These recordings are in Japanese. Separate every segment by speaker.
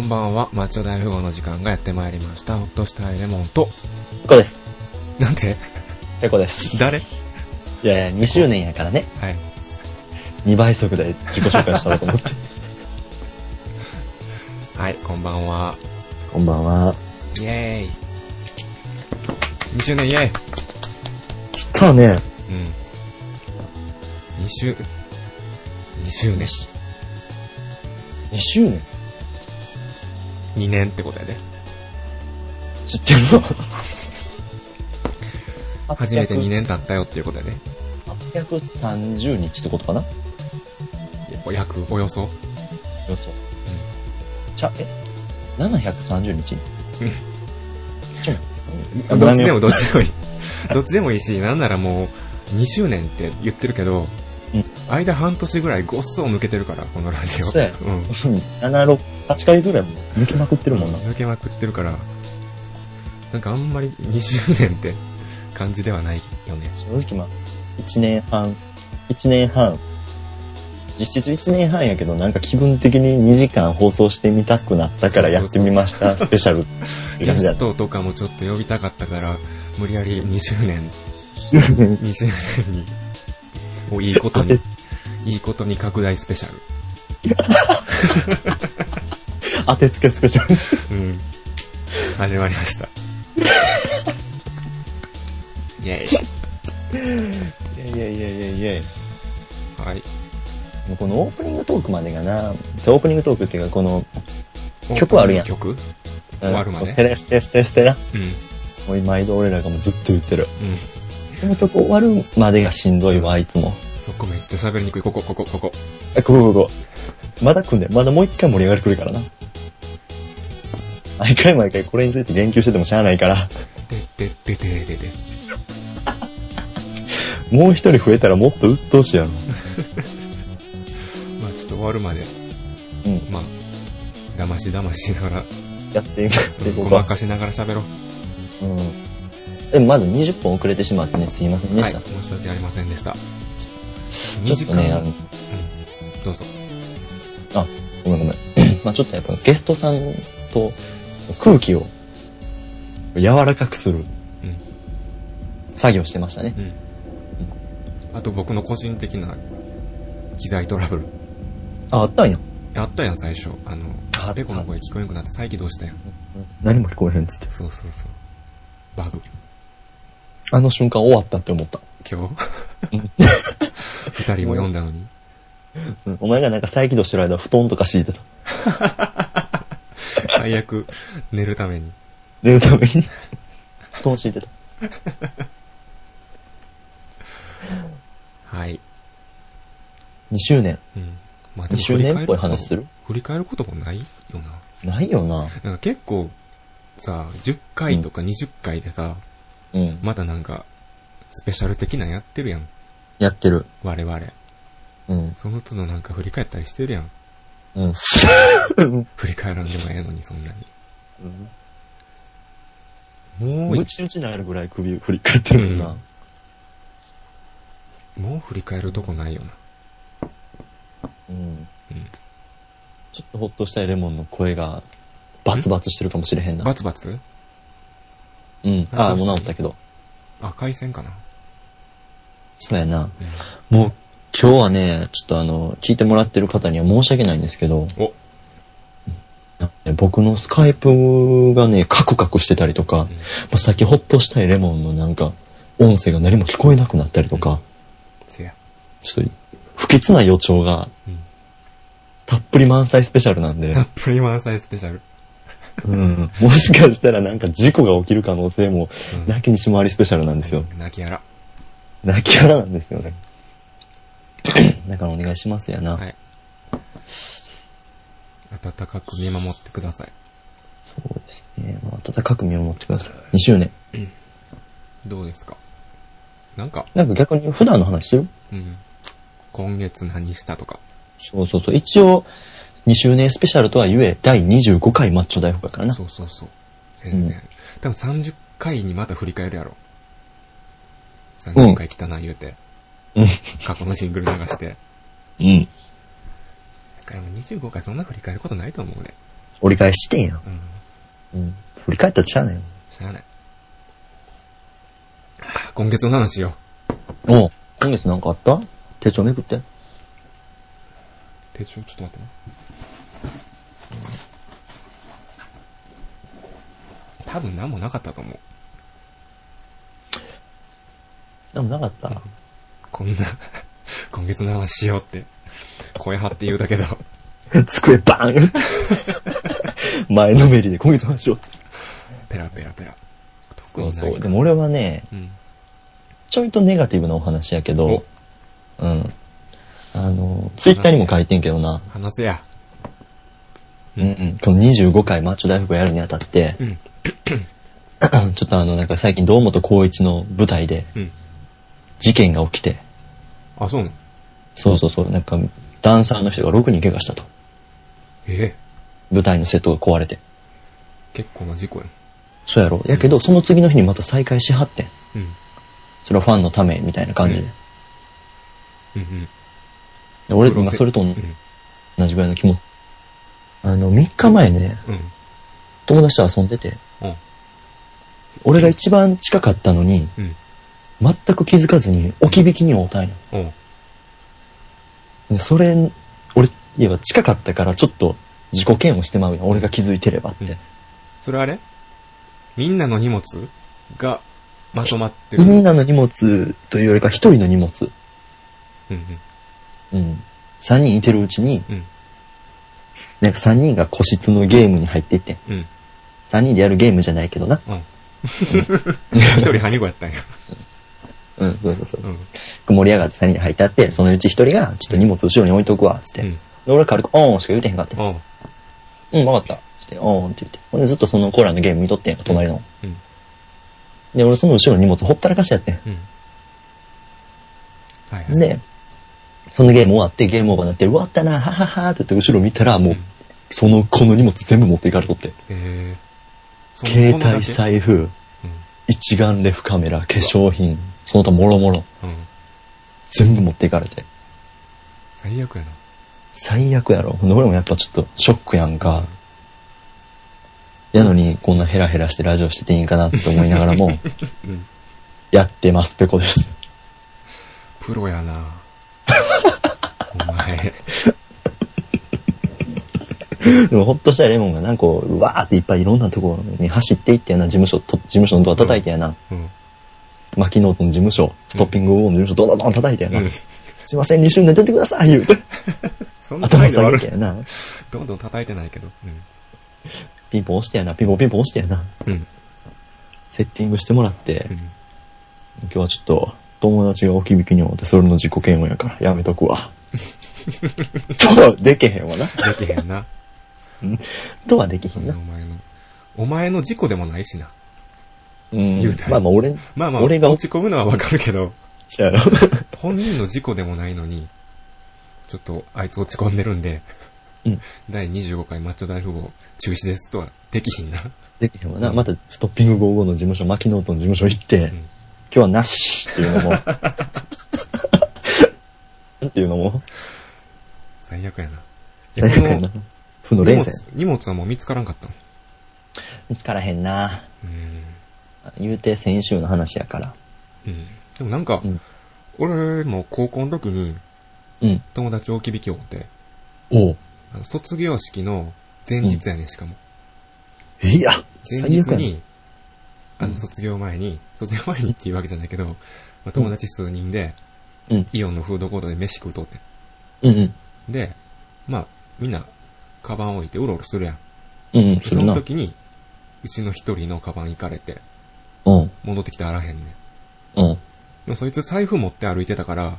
Speaker 1: んばんは、マッチョ大富豪の時間がやってまいりました。ほっとしたいレモンと、
Speaker 2: ペコです。
Speaker 1: なんて
Speaker 2: ペコです。
Speaker 1: 誰
Speaker 2: いやいや、2周年やからね、
Speaker 1: はい。
Speaker 2: 2倍速で自己紹介したらと 思って。
Speaker 1: はい、こんばんは。
Speaker 2: こんばんは。
Speaker 1: イェーイ。2周年イェーイ。
Speaker 2: 来たね。
Speaker 1: うん。2周、2周年。
Speaker 2: 2周年
Speaker 1: 2年ってことやで。
Speaker 2: 知ってる わ。
Speaker 1: 初めて2年経ったよっていうことやで。
Speaker 2: 830日ってことかなよ
Speaker 1: 約、およそ。
Speaker 2: そ。うん。ちゃ、え ?730 日
Speaker 1: うん
Speaker 2: ちょ
Speaker 1: どっちでもどっちでもいい。どっちでもいいし、なんならもう、2周年って言ってるけど、
Speaker 2: うん
Speaker 1: 間半年ぐらいごっそ抜けてるから、このラジオ。
Speaker 2: そうや
Speaker 1: ん。
Speaker 2: うん7、6、8ヶ月ぐらいもう抜けまくってるもんな。
Speaker 1: 抜けまくってるから、なんかあんまり2周年って感じではないよね。
Speaker 2: 正直まあ、一年半、一年半、実質一年半やけど、なんか気分的に2時間放送してみたくなったからやってみました、スペシャルって
Speaker 1: ゲ
Speaker 2: 感じだ
Speaker 1: ス
Speaker 2: っ
Speaker 1: トとかもちょっと呼びたかったから、無理やり2周年、
Speaker 2: た。
Speaker 1: 2周年に、をいいことに、いいことに拡大スペシャル。
Speaker 2: 当てつけスペシャル。
Speaker 1: うん。始まりました。イェイ。
Speaker 2: いやいやいやいやいや
Speaker 1: はい。
Speaker 2: もうこのオープニングトークまでがな、オープニングトークっていうかこの、曲あるやん
Speaker 1: 曲
Speaker 2: うん
Speaker 1: 終わるまで
Speaker 2: テレステステステな。
Speaker 1: うん。
Speaker 2: もう毎度俺らがもうずっと言ってる。
Speaker 1: うん。
Speaker 2: この曲終わるまでがしんどいわ、いつも。
Speaker 1: そこめっちゃ喋りにくい。ここ、ここ、ここ。
Speaker 2: あ、ここここ。まだ来んねまだもう一回盛り上がってくるからな。毎回毎回これについて言及しててもしゃあないから、
Speaker 1: で、で、で、で、で、で。
Speaker 2: もう一人増えたらもっと鬱陶しいやろ。
Speaker 1: まあちょっと終わるまで、
Speaker 2: うん。
Speaker 1: まあ騙し騙ししながら、
Speaker 2: やっていくって
Speaker 1: ご
Speaker 2: こう
Speaker 1: ま
Speaker 2: か。
Speaker 1: かしながら喋ろう。
Speaker 2: うん。でもまず20分遅れてしまってね、すいませんで
Speaker 1: はい、
Speaker 2: した。
Speaker 1: 申し訳ありませんでした。
Speaker 2: ち
Speaker 1: 2
Speaker 2: ょっ
Speaker 1: 時
Speaker 2: と
Speaker 1: 間、
Speaker 2: ね、あの、
Speaker 1: どうぞ。
Speaker 2: ごめんごめん。 まあちょっとやっぱゲストさんと空気を柔らかくする
Speaker 1: うん。
Speaker 2: 作業してましたね。
Speaker 1: うん。あと僕の個人的な機材トラブル。
Speaker 2: あ、あったんや。
Speaker 1: あったやん、最初。あの
Speaker 2: あ、
Speaker 1: ペコの声聞こえなくなって再起動したやん。
Speaker 2: 何も聞こえへんっつって。
Speaker 1: そうそうそう。バグ。
Speaker 2: あの瞬間終わったって思った。
Speaker 1: 今日 二人も読んだのに。
Speaker 2: うんお前がなんか再起動してる間、布団とか敷いてた。
Speaker 1: 最悪、寝るために。
Speaker 2: 寝るために。布団敷いてた。
Speaker 1: はい。
Speaker 2: 2周年。
Speaker 1: うん。まあ
Speaker 2: 2周年っぽい話する
Speaker 1: 振り返ることもないよな。
Speaker 2: ないよな。
Speaker 1: なんか結構、さ、10回とか20回でさ、
Speaker 2: うん。
Speaker 1: まだなんか、スペシャル的なやってるやん。
Speaker 2: やってる。
Speaker 1: 我々。
Speaker 2: うん。
Speaker 1: その都度なんか振り返ったりしてるやん。
Speaker 2: うん。
Speaker 1: 振り返らんでもええのに、そんなに。も
Speaker 2: む
Speaker 1: う、
Speaker 2: ち打ちなるぐらい首振り返ってるもんな。
Speaker 1: もう振り返るとこないよな。
Speaker 2: うん
Speaker 1: うん。
Speaker 2: ちょっとほっとしたいレモンの声が、バツバツしてるかもしれへんな
Speaker 1: バ。ツバツ
Speaker 2: うん。ああ、もう治ったけど。
Speaker 1: 赤い線かな。
Speaker 2: そうやな。
Speaker 1: うん
Speaker 2: もう、今日はね、ちょっとあの、聞いてもらってる方には申し訳ないんですけど、
Speaker 1: お、
Speaker 2: 僕のスカイプがね、カクカクしてたりとか
Speaker 1: うん、
Speaker 2: まあさっきほっとしたいレモンのなんか、音声が何も聞こえなくなったりとか、
Speaker 1: せや。
Speaker 2: ちょっと、不吉な予兆が
Speaker 1: うん、
Speaker 2: たっぷり満載スペシャルなんで
Speaker 1: た、っぷり満載スペシャル。
Speaker 2: うんもしかしたらなんか事故が起きる可能性も、
Speaker 1: うん
Speaker 2: なきにしもありスペシャルなんですよ。
Speaker 1: 泣きやら。
Speaker 2: 泣きやらなんですよね。だからお願いしますやな。
Speaker 1: はい。温かく見守ってください。
Speaker 2: そうですね。まあ、温かく見守ってください。2周年。
Speaker 1: どうですかなんか、
Speaker 2: なんか逆に普段の話してる
Speaker 1: うん。今月何したとか。
Speaker 2: そうそうそう。一応、2周年スペシャルとはゆえ、第25回マッチョ大富豪やからな。
Speaker 1: そうそうそう。全然。多分30回にまた振り返るやろ。
Speaker 2: う
Speaker 1: 30
Speaker 2: ん
Speaker 1: 回来たな言うて。
Speaker 2: うん。
Speaker 1: 過去のシングル流して。
Speaker 2: うん。
Speaker 1: だからもう25回そんな振り返ることないと思うね。
Speaker 2: 折り返してんやん。
Speaker 1: うん。
Speaker 2: うん。振り返ったらちゃうねん。
Speaker 1: しゃあない。はあ今月の話よ。
Speaker 2: おう今月なんかあった手帳めくって。
Speaker 1: 手帳、ちょっと待ってね。うん多分何もなかったと思う。
Speaker 2: なんもなかった。
Speaker 1: こんな、 今月の話しようって、声張って言うだけど、
Speaker 2: 机バーン前のめりで今月の話を。
Speaker 1: ペラペラペラ。特
Speaker 2: そう
Speaker 1: にな
Speaker 2: そ。
Speaker 1: いう
Speaker 2: でも俺はね、
Speaker 1: うん。
Speaker 2: ちょいとネガティブなお話やけ
Speaker 1: お
Speaker 2: ど、うん。あの、ツイッターにも書いてんけどな、
Speaker 1: 話せや。
Speaker 2: うんうん。この25回マッチョ大福やるにあたって、
Speaker 1: うん。
Speaker 2: ちょっとあの、なんか最近堂本光一の舞台で
Speaker 1: うん。
Speaker 2: 事件が起きて、
Speaker 1: あ、そうなの
Speaker 2: そうそうそう、なんか、ダンサーの人が6人怪我したと。
Speaker 1: ええ
Speaker 2: 舞台のセットが壊れて。
Speaker 1: 結構な事故やん。
Speaker 2: そうやろ。やけど、その次の日にまた再開しはってん。
Speaker 1: うん。
Speaker 2: それはファンのため、みたいな感じで。
Speaker 1: うんうん。
Speaker 2: で俺、
Speaker 1: プロセ
Speaker 2: 今それと
Speaker 1: うん。
Speaker 2: 同じぐらいの気持ち。あの、3日前ね、
Speaker 1: うん。
Speaker 2: 友達と遊んでて、
Speaker 1: うん
Speaker 2: 俺が一番近かったのに、
Speaker 1: うん。
Speaker 2: 全く気づかずに置き引きに会うたんや。
Speaker 1: おう
Speaker 2: でそれ、俺、いえば近かったからちょっと自己嫌悪してまうやん。俺が気づいてればっ
Speaker 1: う
Speaker 2: て
Speaker 1: ん。それあれみんなの荷物がまとまってる。
Speaker 2: み
Speaker 1: うん
Speaker 2: んなの荷物というよりか一人の荷物。
Speaker 1: うん。
Speaker 2: うん。三人いてるうちに、
Speaker 1: うん
Speaker 2: なんか三人が個室のゲームに入っていってん。
Speaker 1: うん。
Speaker 2: 三人でやるゲームじゃないけどな。
Speaker 1: うん。 一人ハニゴやったんや。
Speaker 2: うん、そうそうそ
Speaker 1: う。
Speaker 2: う
Speaker 1: ん。
Speaker 2: 盛り上がって三人で入ってあって、そのうち一人が、ちょっと荷物後ろに置いとくわ、つって。
Speaker 1: う
Speaker 2: で
Speaker 1: ん。
Speaker 2: 俺は軽く、おーんしか言うてへんかって。
Speaker 1: おう
Speaker 2: うん、わかった。つって、おーんって言って。ほんでずっとそのコーラのゲーム見とってん、隣の。
Speaker 1: うん。
Speaker 2: で、俺その後ろの荷物ほったらかしやってん。
Speaker 1: うん。はいはい。
Speaker 2: で、そのゲーム終わって、ゲームオーバーになって、うわったな、はははって言って、後ろ見たら、もう、その子の荷物全部持っていかれとって。
Speaker 1: えー、その
Speaker 2: 携
Speaker 1: このだ
Speaker 2: 帯、
Speaker 1: け
Speaker 2: 財布、
Speaker 1: う
Speaker 2: 一眼レフカメラ、化粧品、その他もろもろ、
Speaker 1: ん。うん。
Speaker 2: 全部持っていかれて。
Speaker 1: 最悪やな。
Speaker 2: 最悪やろ。ほんで俺もやっぱちょっと、ショックやんか。やのに、こんなヘラヘラしてラジオしてていいんかなって思いながらも、
Speaker 1: うん。
Speaker 2: やってます、ペコです。
Speaker 1: プロやな。お前。
Speaker 2: でもほっとしたレモンがなんか、うわーっていっぱいいろんなところに走っていってやな、事務所と、事務所のドア叩いてやな。
Speaker 1: うん。
Speaker 2: マキノートの事務所、ストッピングウォームの事務所、ドンドンドン叩いてやな。
Speaker 1: うん。
Speaker 2: すいません、2周年出てください言うて。
Speaker 1: そんな
Speaker 2: 頭
Speaker 1: 態度
Speaker 2: 下げ
Speaker 1: 悪
Speaker 2: て
Speaker 1: い。
Speaker 2: やな。
Speaker 1: どんどん叩いてないけど。
Speaker 2: ピンポン押してやな、ピンポンピンポン押してやな。
Speaker 1: うん。うん。
Speaker 2: セッティングしてもらって
Speaker 1: う、ん。
Speaker 2: 今日はちょっと、友達が置き引きにおって、それの自己嫌悪やから、やめとく わ。ちょっと、でけへんわな。
Speaker 1: できへんな。
Speaker 2: とはできへ
Speaker 1: そん
Speaker 2: ん
Speaker 1: な
Speaker 2: な
Speaker 1: お。前の。お前の事故でもないしな。
Speaker 2: うん
Speaker 1: 言うたら
Speaker 2: まあまあ、俺、
Speaker 1: まあまあ、
Speaker 2: 俺が
Speaker 1: 落ち込むのはわかるけど、
Speaker 2: ちゃう。
Speaker 1: 本人の事故でもないのに、ちょっとあいつ落ち込んでるんで、
Speaker 2: うん
Speaker 1: 第25回マッチョ大富豪中止ですとはできひんな。
Speaker 2: できへんわな。また、ストッピング55の事務所、マキノートの事務所行って、
Speaker 1: ん
Speaker 2: 今日はなしっていう のも。なんていうのも。
Speaker 1: 最悪やな。え
Speaker 2: 最悪やな。負の
Speaker 1: 荷
Speaker 2: 連
Speaker 1: 物
Speaker 2: 鎖。、
Speaker 1: 荷物はもう見つからんかったの。
Speaker 2: 見つからへんな。
Speaker 1: うん。
Speaker 2: 言うて先週の話やから。
Speaker 1: うん。でもなんか、
Speaker 2: うん
Speaker 1: 俺も高校の時に
Speaker 2: うん。
Speaker 1: 友達置き引きをって、
Speaker 2: おう。
Speaker 1: あの卒業式の前日やね、しかも。
Speaker 2: いや、
Speaker 1: 前日
Speaker 2: 最悪やな。
Speaker 1: に、あの、卒業前に、卒業前にっていうわけじゃないけど、まあ、友達数人で、
Speaker 2: うん
Speaker 1: イオンのフードコートで飯食うとって。
Speaker 2: うんうん。
Speaker 1: で、まあ、みんな、カバン置いてうろうろするやん。
Speaker 2: うんうん、す
Speaker 1: そ
Speaker 2: る
Speaker 1: の
Speaker 2: な。
Speaker 1: 時に、うちの一人のカバン行かれて、
Speaker 2: うん。
Speaker 1: 戻ってきてあらへんねん。で
Speaker 2: うん。
Speaker 1: もそいつ財布持って歩いてたから、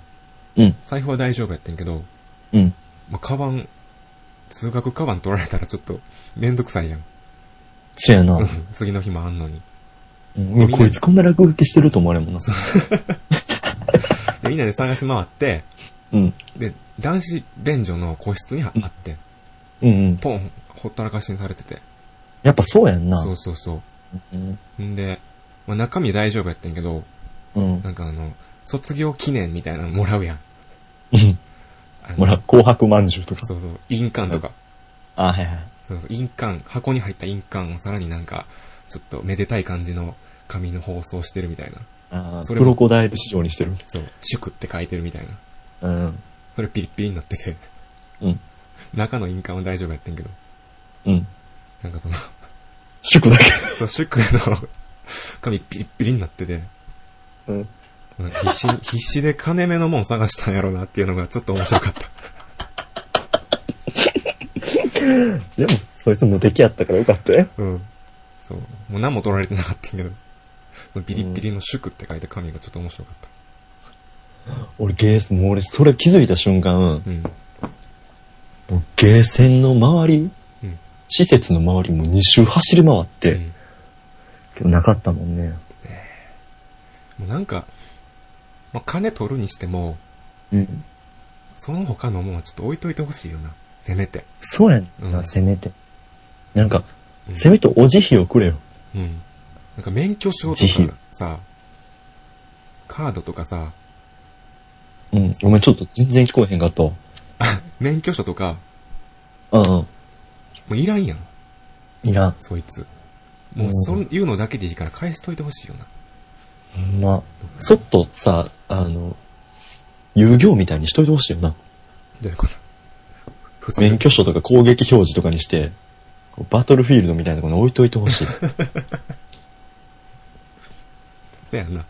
Speaker 2: うん。
Speaker 1: 財布は大丈夫やってんけど、
Speaker 2: うん。
Speaker 1: まあ、カバン、通学カバン取られたらちょっと、めんどくさいやん。
Speaker 2: そやな。
Speaker 1: 次の日もあんのに。
Speaker 2: うんうわこいつこんな落書きしてると思われるもんな。
Speaker 1: で、みんなで探し回って、
Speaker 2: うん。
Speaker 1: で、男子便所の個室にあって、
Speaker 2: うんうん。
Speaker 1: ポン、ほったらかしにされてて。
Speaker 2: やっぱそうやんな。
Speaker 1: そうそうそ
Speaker 2: うん。
Speaker 1: う。んで、まあ、中身大丈夫やってんけど、
Speaker 2: うん。
Speaker 1: なんかあの、卒業記念みたいなのもらうやん。
Speaker 2: うん。
Speaker 1: あの
Speaker 2: ほら、紅白饅頭とか。
Speaker 1: そうそう、印鑑とか。
Speaker 2: あ、はいはい。
Speaker 1: そうそう、印鑑、箱に入った印鑑をさらになんか、ちょっとめでたい感じの紙の包装してるみたいな。
Speaker 2: ああ、
Speaker 1: それ
Speaker 2: ク
Speaker 1: も
Speaker 2: ロコダイル仕様にしてる。
Speaker 1: そう、祝って書いてるみたいな。
Speaker 2: うん。
Speaker 1: それピリッピリになってて、
Speaker 2: うん。
Speaker 1: 中の印鑑は大丈夫やってんけど、
Speaker 2: うん。
Speaker 1: なんかその、
Speaker 2: 祝だけ。
Speaker 1: そう、祝の 紙ピリッピリになってて、
Speaker 2: うん。
Speaker 1: なんか必死 に、必死で金目のもん探したんやろうなっていうのがちょっと面白かった。
Speaker 2: でも、そいつ無敵やったからよかったよ。
Speaker 1: うん。そう。もう何も取られてなかったんやけど、そのピリッピリの祝って書いた紙がちょっと面白かっ
Speaker 2: 俺ゲーセン、もう俺それ気づいた瞬間、
Speaker 1: た。うん。
Speaker 2: もうゲーセンの周り、
Speaker 1: うん
Speaker 2: 施設の周りも2周走り回っ
Speaker 1: う
Speaker 2: て、
Speaker 1: ん。
Speaker 2: けどなかったもんね。
Speaker 1: もうなんか、まあ、金取るにしても、
Speaker 2: うん。
Speaker 1: その他のもんはちょっと置いといてほしいよな。せめて。
Speaker 2: そうやねんな、
Speaker 1: うん
Speaker 2: せめて。なんか、
Speaker 1: うん
Speaker 2: せめてお慈悲をくれよ。
Speaker 1: うん。なんか免許証と
Speaker 2: ぜひ
Speaker 1: かさ、カードとかさ、
Speaker 2: うん。ごめん、ちょっと全然聞こえへんかった。
Speaker 1: 免許証とか、
Speaker 2: うんうん。
Speaker 1: もういらんやん、
Speaker 2: いらん。
Speaker 1: そいつ。もう、
Speaker 2: うん
Speaker 1: そういうのだけでいいから返しといてほしいよな。
Speaker 2: ほんま。そっとさ、あの、遊行みたいにしといてほしいよな。
Speaker 1: どういうこと普通
Speaker 2: 免許証とか攻撃表示とかにして、こうバトルフィールドみたいなところに置いといてほし い。
Speaker 1: そうやんな。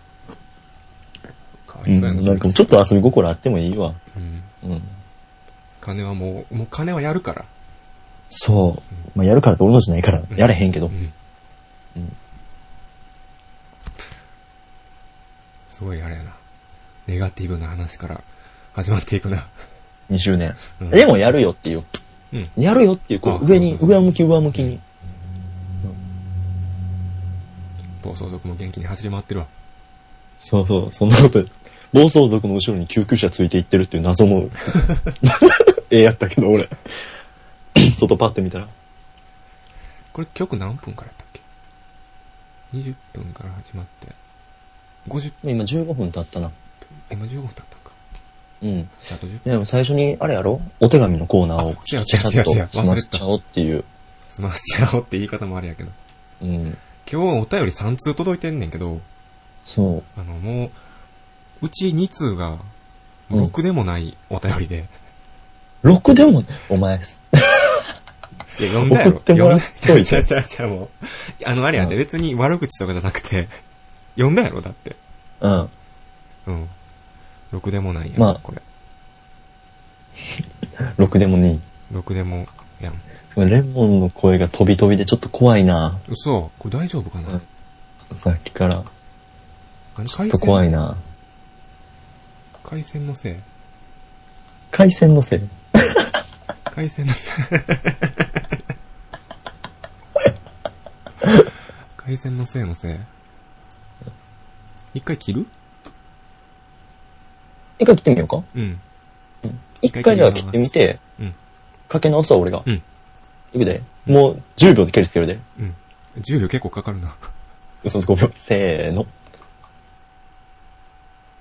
Speaker 1: かわ
Speaker 2: う
Speaker 1: い
Speaker 2: ん、
Speaker 1: そうやな。そ
Speaker 2: な
Speaker 1: れ
Speaker 2: んかもうちょっと遊び心あってもいいわ。
Speaker 1: うん。
Speaker 2: うん。
Speaker 1: 金はもう、もう金はやるから。
Speaker 2: そう。まあ、やるからって俺のじゃないから、やれへんけど
Speaker 1: う。ん。
Speaker 2: うん。
Speaker 1: すごいあれやな。ネガティブな話から始まっていくな。
Speaker 2: 2周年。
Speaker 1: うん
Speaker 2: でもやるよっていう。
Speaker 1: うん。
Speaker 2: やるよっていう、こ
Speaker 1: あ
Speaker 2: う、上に
Speaker 1: そ、うそうそう
Speaker 2: 上向き上向きに。
Speaker 1: 暴走族も元気に走り回ってるわ。
Speaker 2: そうそう、そんなこと。暴走族の後ろに救急車ついていってるっていう謎 の、絵やったけど、俺。外パッて見たら。
Speaker 1: これ曲何分からやったっけ ?20 分から始まって。50、
Speaker 2: 今15分経ったな。
Speaker 1: 今15分経ったんか。
Speaker 2: うん。
Speaker 1: じゃああと10分。
Speaker 2: でも最初に、あれやろお手紙のコーナーを
Speaker 1: あ、
Speaker 2: ち
Speaker 1: 違
Speaker 2: ゃ
Speaker 1: うん
Speaker 2: と
Speaker 1: 違う違う違う
Speaker 2: 済ませちゃおうっていう。
Speaker 1: 済ましちゃおうって言い方もあれやけど。
Speaker 2: うん。
Speaker 1: 今日お便り3通届いてんねんけど、
Speaker 2: そう。
Speaker 1: あのもう、うち2通が、
Speaker 2: うん
Speaker 1: ろくでもないお便りで。
Speaker 2: ろくでも、お前、
Speaker 1: いや、読んだやろ。
Speaker 2: 送ってもらっと
Speaker 1: 読んだ
Speaker 2: いて
Speaker 1: ちゃうちゃうちゃうもう。あの、あれやで、
Speaker 2: うん
Speaker 1: 別に悪口とかじゃなくて、読んだやろ、だって。
Speaker 2: うん。
Speaker 1: うん。ろくでもないやん、
Speaker 2: まあ
Speaker 1: これ。
Speaker 2: ろくでもね
Speaker 1: ろくでも、やん。
Speaker 2: えそのレモンの声が飛び飛びでちょっと怖いな。
Speaker 1: 嘘、これ大丈夫かな、
Speaker 2: うんさっきから。
Speaker 1: 何
Speaker 2: ちょっ
Speaker 1: 回
Speaker 2: と怖いな。
Speaker 1: 回線のせい
Speaker 2: 回線のせい。
Speaker 1: 回 線のせい回線のせいのせい一回切る
Speaker 2: 一回切ってみようか。
Speaker 1: うん。
Speaker 2: 一回じゃあ切ってみて、
Speaker 1: うん。
Speaker 2: かけ直すわ、俺が。
Speaker 1: うん。
Speaker 2: いくで。もう10秒で蹴りつけるで。
Speaker 1: うん。10秒結構かかるな。
Speaker 2: 嘘5秒。せーの。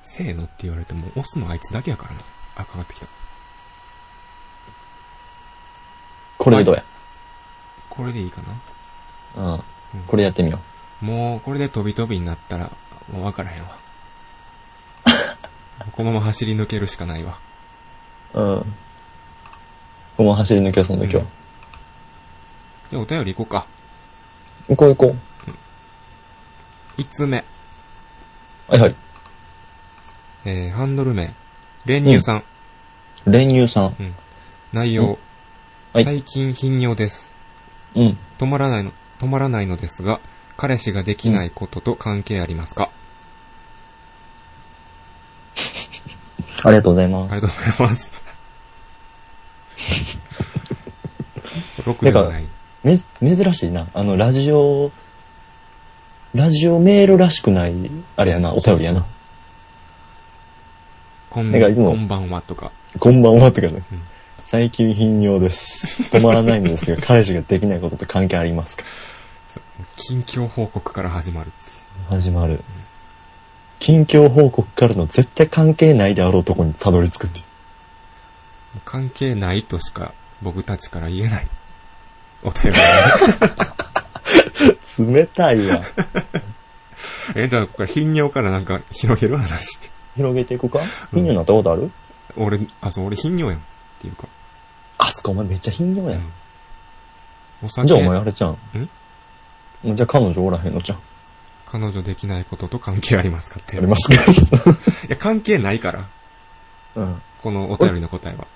Speaker 1: せーのって言われても、押すのあいつだけやからな。あ、かかってきた。
Speaker 2: これでどうや。
Speaker 1: これでいいかな
Speaker 2: う
Speaker 1: うんん。
Speaker 2: これやってみよ
Speaker 1: もう、これで飛び飛びになったら、もうわからへん わ。このまま走り抜けるしかないわ。
Speaker 2: う。うん。この走り抜けよ、その時は。
Speaker 1: じゃあお便り行こうか。
Speaker 2: 行こう行こ
Speaker 1: 1通目。
Speaker 2: う。はいはい。
Speaker 1: えー、ハンドル名。練乳さん。
Speaker 2: 練乳さん。
Speaker 1: 内容、
Speaker 2: はい
Speaker 1: 最近頻尿です。
Speaker 2: うん。
Speaker 1: 止まらないの、止まらないのですが、彼氏ができないことと関係ありますか、
Speaker 2: ありがとうございま
Speaker 1: あり
Speaker 2: す。
Speaker 1: がとうございます。 ろくでもない。
Speaker 2: め、珍しいな。あの、ラジオ、ラジオメールらしくない、あれやな、お便りやな。
Speaker 1: こん
Speaker 2: なんかいつも
Speaker 1: こんばんはとか。
Speaker 2: こんばんはってかね
Speaker 1: うん。
Speaker 2: 最近頻尿です。止まらないんですが、 彼氏ができないことと関係ありますか
Speaker 1: 近況報告から始まる。
Speaker 2: 始まる。近況報告からの絶対関係ないであろうとこにたどり着くってい
Speaker 1: 関係ないとしか僕たちから言えない。お便 り。
Speaker 2: 冷たい わ。
Speaker 1: え、じゃあ、これ、頻尿からなんか広げる話。
Speaker 2: 広げていくか貧乳になったことある、
Speaker 1: 俺、あ、そう、俺頻尿やん。っていうか。
Speaker 2: あそこお前めっちゃ貧乳やん。
Speaker 1: お酒
Speaker 2: じゃあお前あれじゃん。んじゃあ彼女おらへんのじゃん。
Speaker 1: 彼女できないことと関係ありますかって。
Speaker 2: ありますか
Speaker 1: いや、関係ないから。
Speaker 2: うん。
Speaker 1: このお便りの答えは。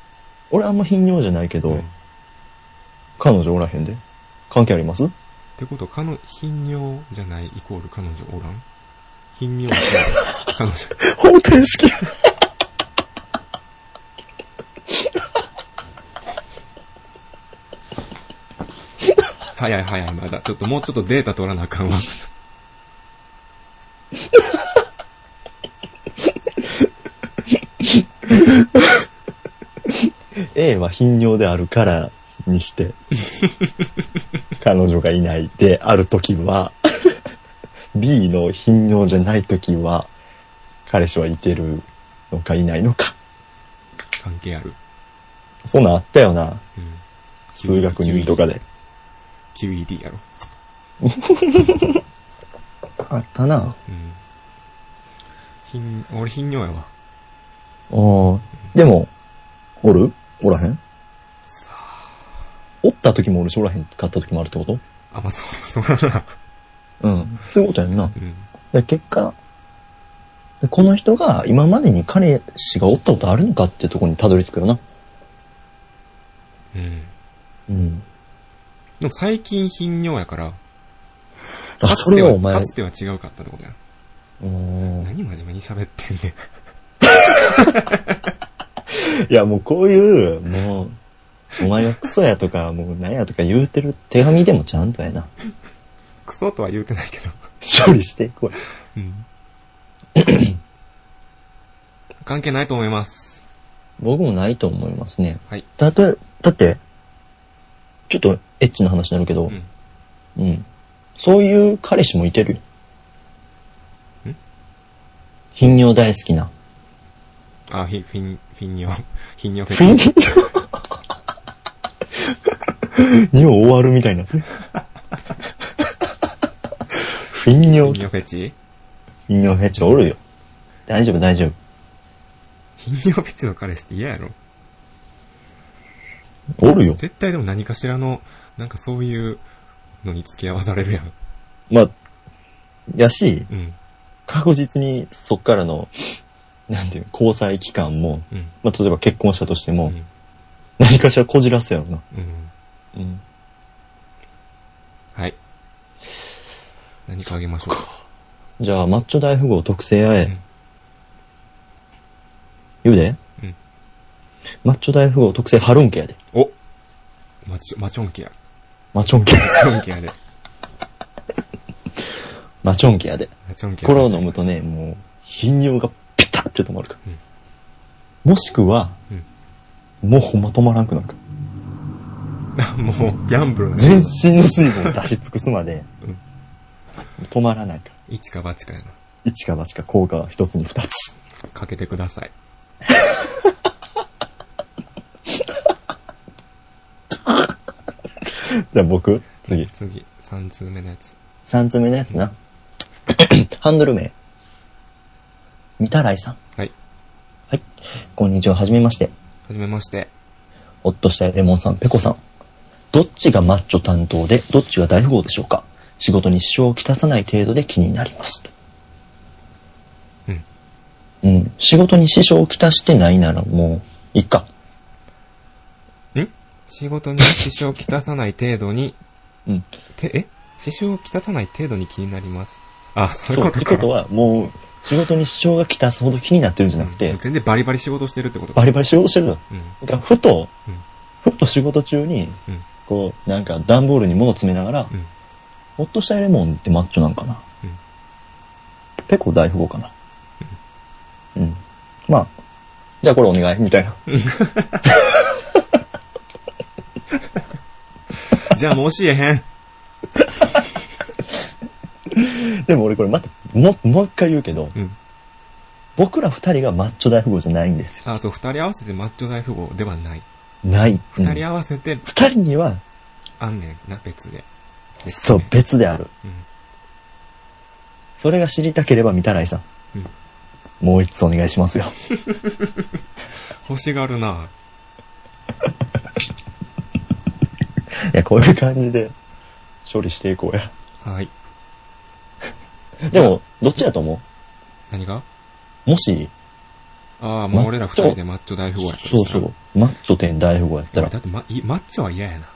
Speaker 2: 俺あんま貧乳じゃないけど、
Speaker 1: うんっ
Speaker 2: 彼女おらへんで。関係あります
Speaker 1: てこと、彼女、頻尿じゃないイコール彼女おらん頻尿イコール彼女。
Speaker 2: 方程式
Speaker 1: 早い早い、まだ。ちょっともうちょっとデータ取らなあかんわ。
Speaker 2: A は頻尿であるからに して、彼女がいないであるときは、B の頻尿じゃないときは、彼氏はいてるのかいないのか。
Speaker 1: 関係ある。
Speaker 2: そんなんあったよな。
Speaker 1: うん。
Speaker 2: 数学入試とかで。
Speaker 1: QED やろ。
Speaker 2: あったな。
Speaker 1: うん。貧、俺貧尿やわ。
Speaker 2: あでも、おるおらへんおったときもおるし、おらへんかったときもあるってこと
Speaker 1: あ、まあ、そう、そうだな。
Speaker 2: うん。そういうことやんな。
Speaker 1: うん。
Speaker 2: で結果、でこの人が今までに彼氏がおったことあるのかっていうところにたどり着くよな。
Speaker 1: うん。
Speaker 2: うん。
Speaker 1: でも最近頻尿やから、
Speaker 2: あ、
Speaker 1: か
Speaker 2: そ
Speaker 1: つて
Speaker 2: れ
Speaker 1: は
Speaker 2: はお前、
Speaker 1: か
Speaker 2: う
Speaker 1: つては違うかったってことや。
Speaker 2: ーん
Speaker 1: 何真面目に喋ってんねん。
Speaker 2: いやもうこういう、もう、お前がクソやとか、もうなんやとか言うてる手紙でもちゃんとやな。
Speaker 1: クソとは言うてないけど。
Speaker 2: 処理していこう。
Speaker 1: うん。関係ないと思います。
Speaker 2: 僕もないと思いますね。
Speaker 1: はい。
Speaker 2: だって、だって、ちょっとエッチな話になるけど
Speaker 1: う、ん。
Speaker 2: うん。そういう彼氏もいてるよ。
Speaker 1: ん
Speaker 2: 頻尿大好きな。
Speaker 1: あ、ひ、フィン、フィン尿。頻尿フ
Speaker 2: ピ
Speaker 1: ェ
Speaker 2: ン
Speaker 1: チ。
Speaker 2: チ尿終わるみたいな。フィン
Speaker 1: 頻
Speaker 2: 尿、
Speaker 1: 尿フェチ
Speaker 2: 頻尿フェチおるよ。大丈夫、大丈
Speaker 1: 頻尿フェチの彼氏って嫌やろ。
Speaker 2: 夫。おるよ。
Speaker 1: 絶対でも何かしらの、なんかそういうのに付き合わされるやん。
Speaker 2: まあ、やし、
Speaker 1: うん。
Speaker 2: 確実にそっからの、なんていうの、交際期間も、
Speaker 1: うん。
Speaker 2: まあ、例えば結婚したとして
Speaker 1: う
Speaker 2: も、
Speaker 1: ん。
Speaker 2: 何かしらこじらすやろな。
Speaker 1: うん。
Speaker 2: うん。
Speaker 1: はい。何かあげましょうか。
Speaker 2: じゃあ、マッチョ大富豪特製あえ。
Speaker 1: うん
Speaker 2: 言うで
Speaker 1: うん
Speaker 2: マッチョ大富豪特製ハルンケやで。
Speaker 1: おマチョ、マチョンケや。
Speaker 2: マチョンケ。
Speaker 1: マチョンケやで。
Speaker 2: マチョンケやで。
Speaker 1: マチョンケやで
Speaker 2: これを飲むとね、もう、頻尿がピタって止まるから。
Speaker 1: うん
Speaker 2: もしくは、もうほんま止まらんくなるから。
Speaker 1: もう、ギャンブルな
Speaker 2: 全身の水分を出し尽くすまで、
Speaker 1: うん
Speaker 2: 止まらないから。
Speaker 1: 一か八かやな。
Speaker 2: 一か八か効果は一つに 二つ。
Speaker 1: かけてください。
Speaker 2: じゃあ僕、次。
Speaker 1: 次、三通目のやつ。
Speaker 2: 三つ目のやつな。 ハンドル名。三田来さん。
Speaker 1: はい。
Speaker 2: はい。こんにちは、はじめまして。
Speaker 1: はじめまして。
Speaker 2: ホッとしたいレモンさん、ペコさん。どっちがマッチョ担当で、どっちが大富豪でしょうか仕事に支障をきたさない程度で気になります。
Speaker 1: うん。
Speaker 2: うん。仕事に支障をきたしてないならもう、いっか。
Speaker 1: 仕事に支障をきたさない程度に、
Speaker 2: うん。
Speaker 1: て、え支障をきたさない程度に気になります。あ、そういう
Speaker 2: そう。
Speaker 1: こ
Speaker 2: っ
Speaker 1: と
Speaker 2: て
Speaker 1: か。
Speaker 2: ことは、もう、仕事に支障がきたすほど気になってるんじゃなくて、
Speaker 1: うん全然バリバリ仕事してるってことか。
Speaker 2: バリバリ仕事してるの。
Speaker 1: うん。
Speaker 2: だから、ふと
Speaker 1: うん、
Speaker 2: ふと仕事中に、
Speaker 1: うん
Speaker 2: こう、なんか、段ボールに物を詰めながら、
Speaker 1: うん。
Speaker 2: ホッとしたいレモンってマッチョなんかな。
Speaker 1: うん
Speaker 2: ペコ大富豪かな。うん。まあ、じゃあこれお願い、みたいな。
Speaker 1: じゃあもう教えへん。
Speaker 2: でも俺これまた、も、もう一回言うけど、
Speaker 1: うん。
Speaker 2: 僕ら二人がマッチョ大富豪じゃないんです。
Speaker 1: あ、そう、二人合わせてマッチョ大富豪ではない。
Speaker 2: ない。うん
Speaker 1: 二人合わせて、
Speaker 2: 二人には、
Speaker 1: あんねんな、別で。
Speaker 2: そう、
Speaker 1: で
Speaker 2: 別である。
Speaker 1: うん。
Speaker 2: それが知りたければ、みたらいさん。
Speaker 1: うん
Speaker 2: もう一つお願いしますよ。
Speaker 1: 欲しがるな。
Speaker 2: いや、こういう感じで処理していこうや。
Speaker 1: はい。
Speaker 2: でも、どっちやと思
Speaker 1: 何が
Speaker 2: うもし、
Speaker 1: ああ、もう俺ら二人でマッチョ大富豪やったり
Speaker 2: そう
Speaker 1: した
Speaker 2: そ
Speaker 1: ら
Speaker 2: う、マッチョ天大富豪やった
Speaker 1: だ
Speaker 2: ら
Speaker 1: だ、って、ま、いマッチョは嫌やな。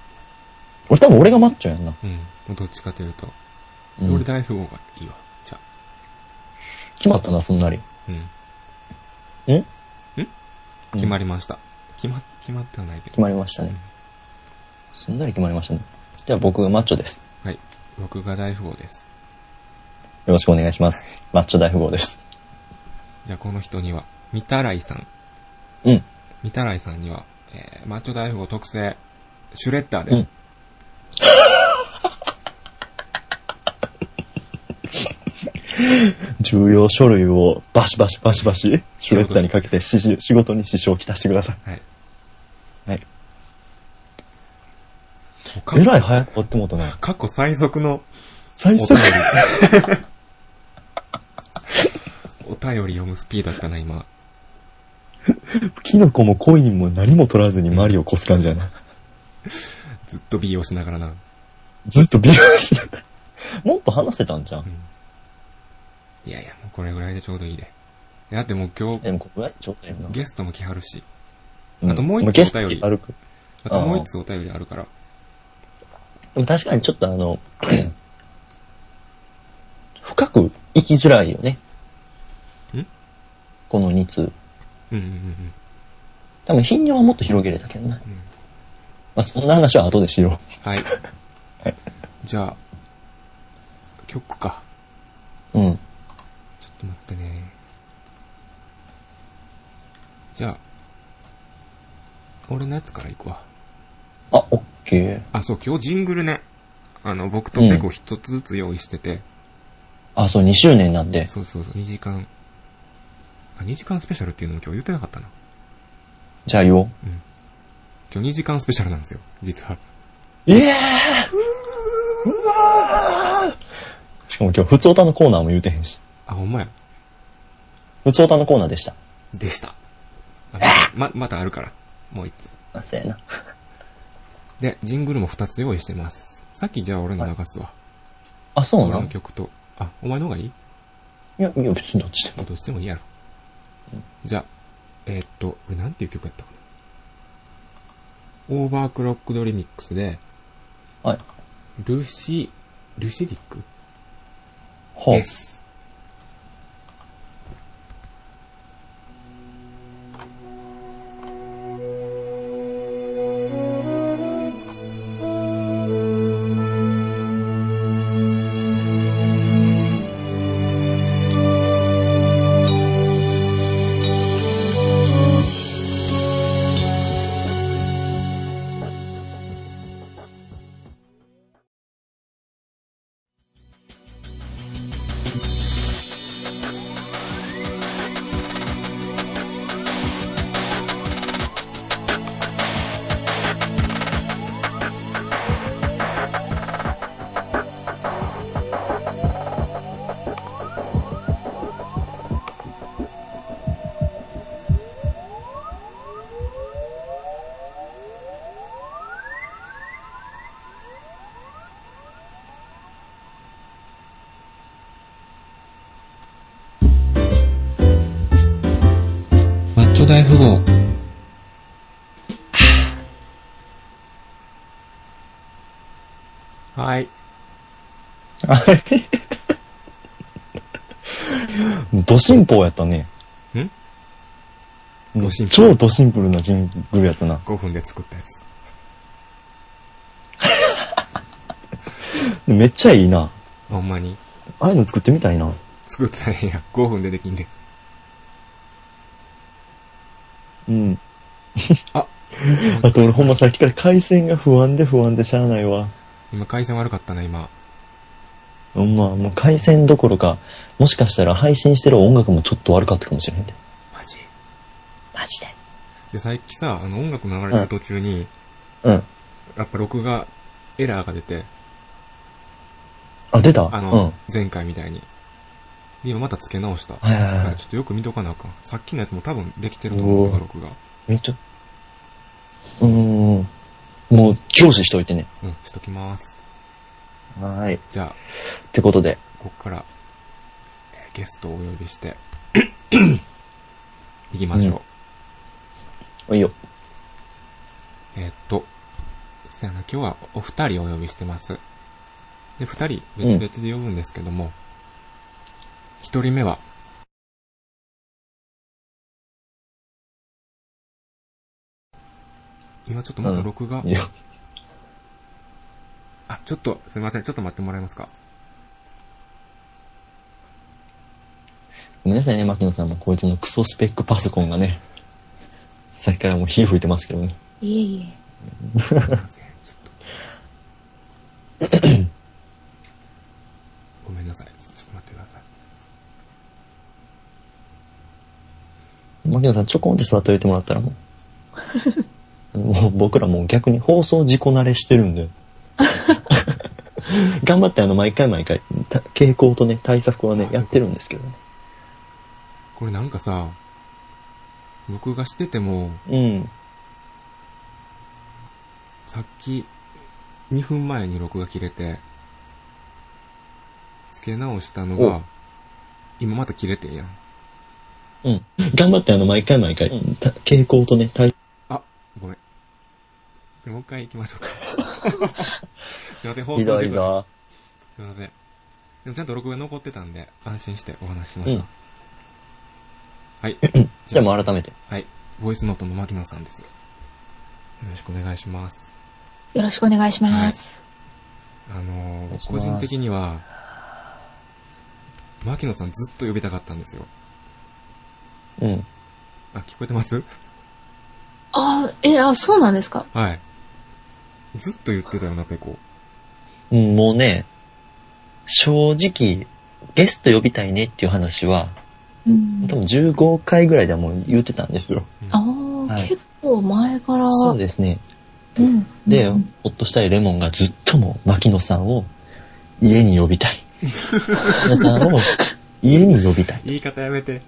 Speaker 2: 俺多分俺がマッチョやんな。
Speaker 1: うん。もうどっちかというと。
Speaker 2: うん
Speaker 1: 俺大富豪がいいわ。じゃあ。
Speaker 2: 決まったな、そんなに。
Speaker 1: うん。
Speaker 2: ん
Speaker 1: ん決まりました。決ま、決まってはないけ
Speaker 2: 決
Speaker 1: ど。
Speaker 2: まりましたね。すんなり決まりましたね。じゃあ僕、マッチョです。
Speaker 1: はい。僕が大富豪です。
Speaker 2: よろしくお願いします。マッチョ大富豪です。
Speaker 1: じゃあこの人には、みたらいさん。
Speaker 2: うん。
Speaker 1: みたらいさんには、えー、マッチョ大富豪特製、シュレッダーで。
Speaker 2: うん重要書類をバシバシバシバシ、シュレッダーにかけてしし仕事に支障をきたしてくださ
Speaker 1: はい。
Speaker 2: い。はい。
Speaker 1: か
Speaker 2: えらい早く終わってもうたな。
Speaker 1: 過去最速の
Speaker 2: 最
Speaker 1: お
Speaker 2: 速
Speaker 1: 便り。 お便り読むスピードだったな、今。
Speaker 2: キノコもコインも何も取らずにマリオ越す感じやな。
Speaker 1: ずっと B をしながらな。
Speaker 2: ずっと美容師だから。もっと話せたんじゃ
Speaker 1: うん
Speaker 2: ん。
Speaker 1: いやいや、もうこれぐらいでちょうどいいで。だってもう今日、
Speaker 2: でもここがちょうどいいな。
Speaker 1: ゲストも来はるし、
Speaker 2: うん
Speaker 1: あともう一つ
Speaker 2: ゲスト
Speaker 1: お便り
Speaker 2: 歩く。
Speaker 1: あともう一つお便りあるから。
Speaker 2: でも確かにちょっとあの、 深く生きづらいよね。
Speaker 1: ん
Speaker 2: この2通。
Speaker 1: うんうんうん
Speaker 2: 多分頻尿はもっと広げれたけどな。
Speaker 1: うん。
Speaker 2: まあ、そんな話は後でしよ
Speaker 1: はい。じゃあ、曲か。
Speaker 2: う。うん。
Speaker 1: ちょっと待ってね。じゃあ、俺のやつから行くわ。
Speaker 2: あ、オッケー。
Speaker 1: あ、そう、今日ジングルね。あの、僕とペコ一つずつ用意してて、
Speaker 2: あ、そう、2周年なんで。
Speaker 1: そうそうそう、2時間。あ、2時間スペシャルっていうのも今日言ってなかったな。
Speaker 2: じゃあよ。
Speaker 1: 今日2時間スペシャルなんですよ、実は。
Speaker 2: いやーうわーしかも今日、普通歌のコーナーも言うてへんし。
Speaker 1: あ、ほんまや。
Speaker 2: 普通歌のコーナーでした。
Speaker 1: でした。あま、またあるから。もう一つ。
Speaker 2: あ、そうやな。
Speaker 1: で、ジングルも二つ用意してます。さっきじゃあ俺の流すわ。
Speaker 2: あ、そうな
Speaker 1: 俺
Speaker 2: の
Speaker 1: の曲と。あ、お前の方がいい
Speaker 2: いや、いや、別にどっちでも。
Speaker 1: まあどっちでもいいやろ。じゃあ、えーっと、俺なんていう曲やったかな。オーバークロックドリミックスで、
Speaker 2: はい。
Speaker 1: ルシ、ルシディック
Speaker 2: ほ
Speaker 1: で
Speaker 2: う。
Speaker 1: す。マッチョ大富豪。はい。
Speaker 2: ド進歩やったね。
Speaker 1: ん
Speaker 2: もう
Speaker 1: ドシンプル
Speaker 2: 超ドシンプルなジングルやったな。
Speaker 1: 5分で作ったやつ。
Speaker 2: めっちゃいいな。
Speaker 1: ほんまに。
Speaker 2: ああいうの作ってみたいな。
Speaker 1: 作ったらええやん。5分でできんで。
Speaker 2: うん。
Speaker 1: あ
Speaker 2: あと俺ほんまさっきから回線が不安で不安でしゃあないわ。
Speaker 1: 今回線悪かったな、今。
Speaker 2: ほんま、もう回線どころか、もしかしたら配信してる音楽もちょっと悪かったかもしれへんで。
Speaker 1: マジ
Speaker 2: マジで。
Speaker 1: で、最近さ、あの音楽流れてる途中に、
Speaker 2: うん。
Speaker 1: やっぱ録画エラーが出て、
Speaker 2: あ、出た
Speaker 1: あ
Speaker 2: う
Speaker 1: の、
Speaker 2: ん。
Speaker 1: 前回みたいに。で、今また付け直した。
Speaker 2: はいはい
Speaker 1: だか
Speaker 2: は
Speaker 1: ら
Speaker 2: い
Speaker 1: ちょ。っとよく見とかなあかん。さっきのやつも多分できてると思うんだ、
Speaker 2: うお
Speaker 1: 録画。
Speaker 2: めっちゃ、うーん。もう、聴取しといてね。
Speaker 1: うん、しときます。
Speaker 2: はーい。っ
Speaker 1: じゃあ、
Speaker 2: てことで、
Speaker 1: こっから、えーゲストをお呼びして、 行きましょう。
Speaker 2: いいよ。
Speaker 1: えーっと、そやな、今日はお二人お呼びしてます。で、二人別々で呼ぶんですけども、一、人目は、今ちょっとまた録画、
Speaker 2: いいよ。
Speaker 1: あ、ちょっと、すいません、ちょっと待ってもらえますか。
Speaker 2: ごめんなさいね、牧野さんのこいつのクソスペックパソコンがね、さっきからもう火吹いてますけどね。
Speaker 3: いえいえ。
Speaker 1: すいません、ちょっと。ごめんなさい、ちょっと待ってください。
Speaker 2: 牧野さんちょこんって座っておいてもらったらもう。もう僕らもう逆に放送事故慣れしてるんで。頑張ってあの毎回毎回、た傾向とね、対策はね、やってるんですけどね。
Speaker 1: これなんかさ、録画してても、
Speaker 2: うん。
Speaker 1: さっき、2分前に録画切れて、付け直したのが
Speaker 2: お、
Speaker 1: 今また切れてんやん。
Speaker 2: うん。頑張ってあの毎回毎回、た傾向とね、対
Speaker 1: あ、ごめん。じゃあもう一回行きましょうか。 すいません、放送事故です。すいません。でもちゃんと録画残ってたんで、安心してお話ししました。
Speaker 2: うん
Speaker 1: はい。
Speaker 2: じゃあもう改めて。
Speaker 1: はい。ボイスノートの牧野さんです。よろしくお願いします。
Speaker 3: よろしくお願いします。
Speaker 1: あの
Speaker 2: お願い
Speaker 1: ー、
Speaker 2: し
Speaker 1: 個
Speaker 2: ます
Speaker 1: 人的には、牧野さんずっと呼びたかったんですよ。
Speaker 2: うん。
Speaker 1: あ、聞こえてます
Speaker 3: あ、え、あ、そうなんですか
Speaker 1: はい。ずっと言ってたよな、ペコ。
Speaker 2: うん、もうね、正直、ゲスト呼びたいねっていう話は、
Speaker 3: うん
Speaker 2: 多。分15回ぐらいではもう言ってたんですよ。
Speaker 1: うん
Speaker 3: あー、
Speaker 2: はい
Speaker 3: 結構前から。
Speaker 2: そうですね。
Speaker 3: うん。
Speaker 2: で、
Speaker 3: う
Speaker 2: ほ
Speaker 3: ん
Speaker 2: っとしたいレモンがずっともう、牧野さんを家に呼びた い。牧野さんを家に呼びたい。
Speaker 1: 言い方やめて。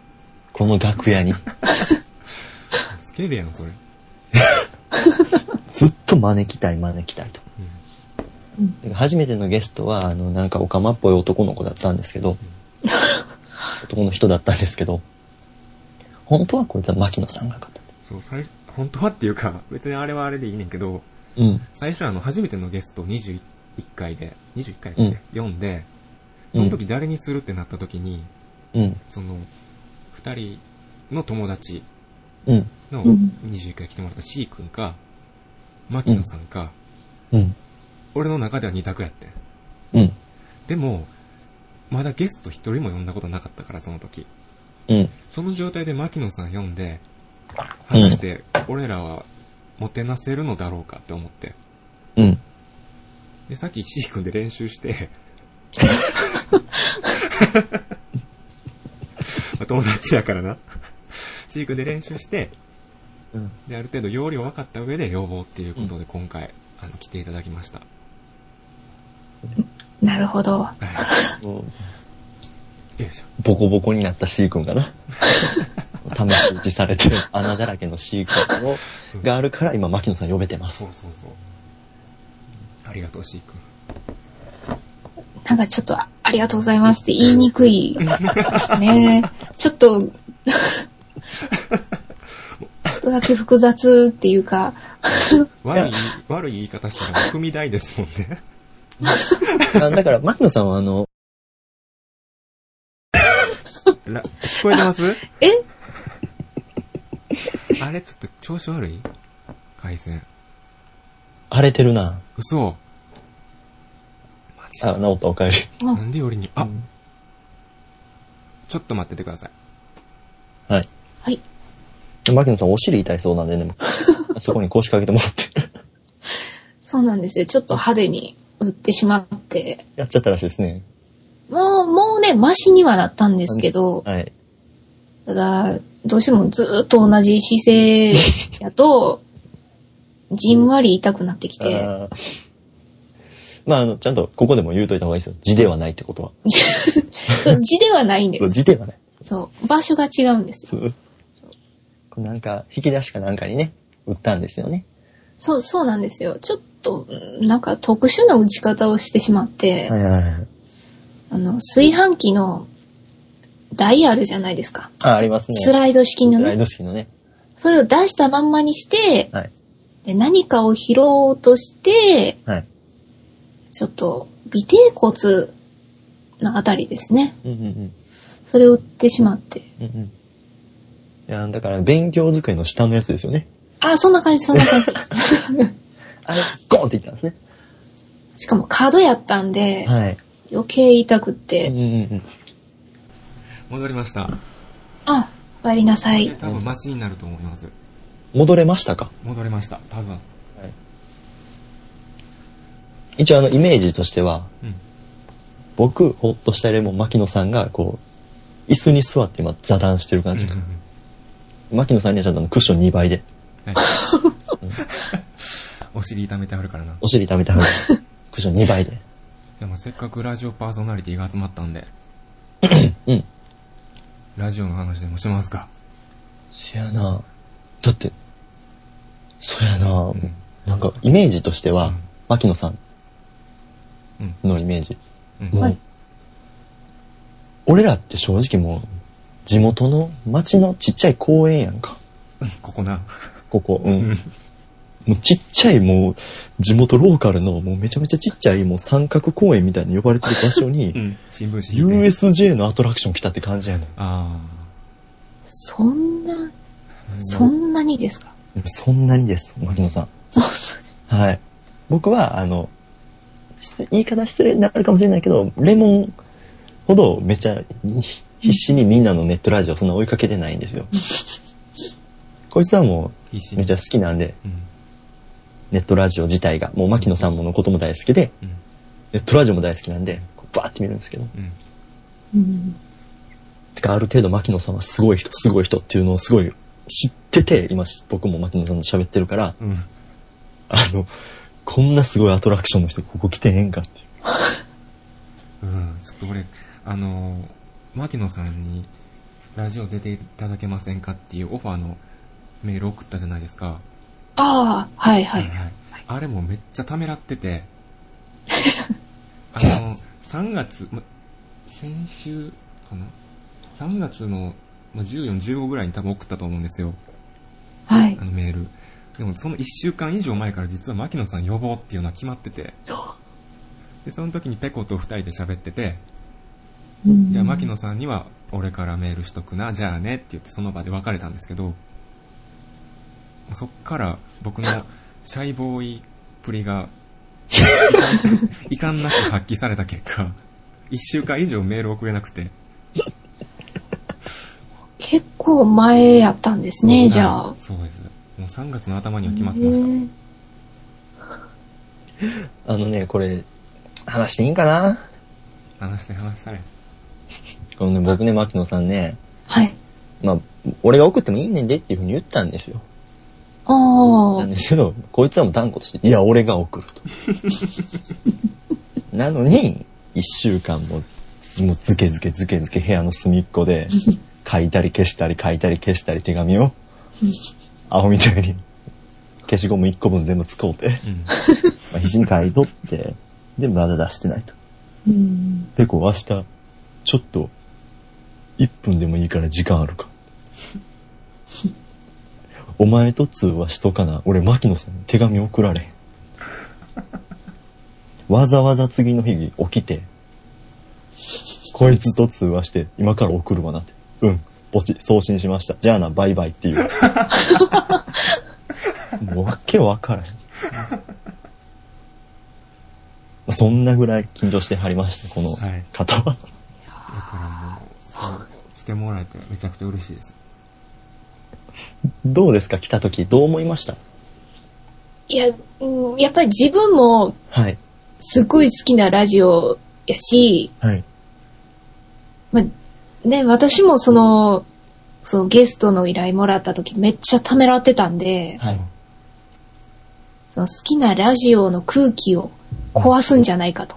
Speaker 2: この楽屋に。
Speaker 1: スケベやん、それ。
Speaker 2: ずっと招きたい、招きたいと。
Speaker 1: うん
Speaker 2: 初めてのゲストは、あの、なんかオカマっぽい男の子だったんですけ ど、男の人だったんですけど、本当はこれは牧野さんが勝った。
Speaker 1: そう、最、本当はっていうか、別にあれはあれでいいねんけど、
Speaker 2: うん。
Speaker 1: 最初あの、初めてのゲスト21回で、21回だっけ、読んで、その時誰にするってなった時に、
Speaker 2: うん。
Speaker 1: その、二人の友達
Speaker 2: うん。
Speaker 1: の
Speaker 3: うん
Speaker 1: 21回来てもらった C 君か、牧野さんか、
Speaker 2: うん。
Speaker 1: 俺の中では二択やってん。
Speaker 2: うん。
Speaker 1: でも、まだゲスト一人も呼んだことなかったから、その時。
Speaker 2: うん。
Speaker 1: その状態で牧野さん呼んで、話して、俺らは、もてなせるのだろうかって思って。
Speaker 2: うん。
Speaker 1: で、さっき C 君で練習 して、まあ友達やからな。C 君で練習して、
Speaker 2: うん。
Speaker 1: で、ある程度要領分かった上で要望っていうことで今回、あの、来ていただきま した。
Speaker 3: なるほど。
Speaker 1: は
Speaker 2: こ
Speaker 1: い。よいしょ。
Speaker 2: うボコボコになった C 君がな。試し打ちされてる穴だらけの C 君を
Speaker 1: うん
Speaker 2: があるから今、牧野さん呼べてます
Speaker 1: そ。うそうそう。ありがとう、C 君。
Speaker 3: なんかちょっと、あありがとうございますって言いにく いですね。ちょっと、ちょっとだけ複雑っていうか、
Speaker 1: 悪い、悪い言い方したら、組大ですもんね。
Speaker 2: あだから、牧野さんはあの、
Speaker 1: ら聞こえてます
Speaker 3: え
Speaker 1: あれ、ちょっと調子悪い回線。
Speaker 2: 荒れてるな。
Speaker 1: 嘘。マジ
Speaker 2: あ、
Speaker 1: か。
Speaker 2: 直ったお帰り。
Speaker 1: なんでよりに、あ、ちょっと待っててください。
Speaker 2: はい。
Speaker 3: はい。
Speaker 2: 牧野さんお尻痛いそうなんでね、もうそこに腰掛けてもらって、
Speaker 3: そうなんですよ。ちょっと派手に打ってしまって、
Speaker 2: やっちゃったらしいですね。
Speaker 3: もう、もうね、マシにはなったんですけど、
Speaker 2: はい。
Speaker 3: ただ、どうしてもずーっと同じ姿勢 やと、じんわり痛くなってきて、
Speaker 2: あーまあ、あの、ちゃんとここでも言うといた方がいいですよ。字ではないってことは。
Speaker 3: そう字ではないんで
Speaker 2: そう
Speaker 3: す。
Speaker 2: 字ではない。
Speaker 3: そう。場所が違うんですよ。
Speaker 2: そうなんか、引き出しかなんかにね、売ったんですよね。
Speaker 3: そう、そうなんですよ。ちょっと、うんなんか特殊な打ち方をしてしまって、
Speaker 2: はいはいはい。
Speaker 3: あの、炊飯器の台あるじゃないですか。
Speaker 2: あ、ありますね。
Speaker 3: スライド式の
Speaker 2: スライ
Speaker 3: ね。
Speaker 2: ド式のね。
Speaker 3: それを出したまんまにして、
Speaker 2: はい。
Speaker 3: で何かを拾おうとして、
Speaker 2: はい。
Speaker 3: ちょっと、尾低骨のあたりですね。
Speaker 2: うんうんうん。
Speaker 3: それを打ってしまって。
Speaker 2: うんうん。いや、だから、勉強机の下のやつですよね。
Speaker 3: あ、そんな感じ、そんな感じです。
Speaker 2: あれ、ゴーンっていったんですね。
Speaker 3: しかも角やったんで、
Speaker 2: はい。
Speaker 3: 余計痛くっ
Speaker 2: う
Speaker 3: て、
Speaker 2: んうんうん。
Speaker 1: 戻りました。
Speaker 3: あ、お帰りなさい。
Speaker 1: 多分待ちになると思います。
Speaker 2: 戻れましたか
Speaker 1: 戻れました。多分。
Speaker 2: 一応あの、イメージとしては、
Speaker 1: うん。
Speaker 2: 僕、ほっとしたよりも、牧野さんが、こう、椅子に座って今、座談してる
Speaker 1: う
Speaker 2: 感
Speaker 1: ん
Speaker 2: じ。
Speaker 1: うんうん
Speaker 2: 牧野さんにはちゃんとあのクッション2倍で、
Speaker 1: はい お尻痛めてはるからな。い
Speaker 2: お尻食べ てはる。クッション2倍で。
Speaker 1: やもうせっかくラジオパーソナリティが集まったんで、
Speaker 2: うん。
Speaker 1: ラジオの話でもしますか。
Speaker 2: そやなだって、そやな
Speaker 1: うん。
Speaker 2: なんか、イメージとして
Speaker 1: う
Speaker 2: は
Speaker 1: ん、
Speaker 2: 牧野さん
Speaker 1: うん
Speaker 2: のイメージ。
Speaker 1: うん。
Speaker 2: もう、
Speaker 3: はい
Speaker 2: 俺らって正直もう、地元の町のちっちゃい公園やんか。
Speaker 1: ここな。
Speaker 2: ここ、う。
Speaker 1: うんん。
Speaker 2: もうちっちゃいもう、地元ローカルのもうめちゃめちゃちっちゃいもう三角公園みたいに呼ばれてる場所に、
Speaker 1: うん。新聞紙引いて。
Speaker 2: USJ のアトラクション来たって感じやねん。
Speaker 1: あ
Speaker 3: そんな、
Speaker 1: ー
Speaker 3: そんなにですか
Speaker 2: そんなにです、牧野さん。
Speaker 3: そん
Speaker 2: はい。僕は、あの、失言い方失礼になるかもしれないけど、レモンほどめちゃひ必死にみんなのネットラジオそんな追いかけてないんですよ。こいつはも
Speaker 1: 必死
Speaker 2: う
Speaker 1: に
Speaker 2: めちゃ好きなんで、
Speaker 1: うん。
Speaker 2: ネットラジオ自体が、もう牧野さんものことも大好きで、
Speaker 1: うん。
Speaker 2: ネットラジオも大好きなんで、こうバーって見るんですけど。
Speaker 1: うん。
Speaker 3: うん。
Speaker 2: てか、ある程度牧野さんはすごい人、すごい人っていうのをすごい知ってて、今僕も牧野さんと喋ってるから、
Speaker 1: うん。
Speaker 2: あの、こんなすごいアトラクションの人ここ来てへんかっていう。
Speaker 1: うん。ちょっと俺、あのー、牧野さんに、ラジオ出ていただけませんかっていうオファーのメール送ったじゃないですか。
Speaker 3: ああ、はいはい。
Speaker 1: あれもめっちゃためらって て、あの、3月、ま、先週かな ?3 月のま14、15ぐらいに多分送ったと思うんですよ。
Speaker 3: はい
Speaker 1: あ。のメール。でもその1週間以上前から実は牧野さん呼ぼうっていうのは決まってて。で、その時にペコと2人で喋ってて、じ
Speaker 3: じ
Speaker 1: ゃあ牧野さんには俺からメールしとくな、じゃあねって言ってその場で別れたんですけど、そっから僕 のシャイボーイっぷりが、いかんいかんなく発揮された結果、一週間以上メール送れなくて。
Speaker 3: 結構前やったんですね、じゃ
Speaker 1: は
Speaker 3: あ
Speaker 1: い。そうです。もう3月の頭には決まってました。
Speaker 3: ね
Speaker 2: あのね、これ、話していいんかな
Speaker 1: 話して話され。
Speaker 2: このね、僕ね、牧野さんね、
Speaker 3: はい。
Speaker 2: まあ、俺が送ってもいいねんでっていうふうに言ったんですよ。
Speaker 3: あ
Speaker 2: な
Speaker 3: あ
Speaker 2: ん、ですけど、こいつはもう断固として、いや、俺が送る と。なのに、一週間も、もうずけずけずけずけ部屋の隅っこで、書いたり消したり書いたり消したり手紙 を、青みたいに、消しゴム一個分全部使うて。
Speaker 1: うん。
Speaker 2: まあ、肘に書いとって、で、まだ出してないと。
Speaker 3: うん。
Speaker 2: で、こう、明日、ちょっと、1分でもいいから時間あるか。お前と通話しとかな。俺、牧野さんに手紙送られへん。わざわざ次の日に起きて、こいつと通話して、今から送るわなって。うん、ポチ、送信しました。じゃあな、バイバイっていう。もうわけわからへん。まあそんなぐらい緊張してはりました、この
Speaker 1: はい。
Speaker 2: 方は。
Speaker 1: だからもう、そう来てもらえてめちゃくちゃ嬉しいです。
Speaker 2: どうですか来た時、どう思いました
Speaker 3: いや、うんやっぱり自分も
Speaker 2: はい。
Speaker 3: すごい好きなラジオやし、
Speaker 2: はい。
Speaker 3: まあ、ね、私もその、そのゲストの依頼もらった時めっちゃためらってたんで、
Speaker 2: はい。
Speaker 3: その好きなラジオの空気を壊すんじゃないかと。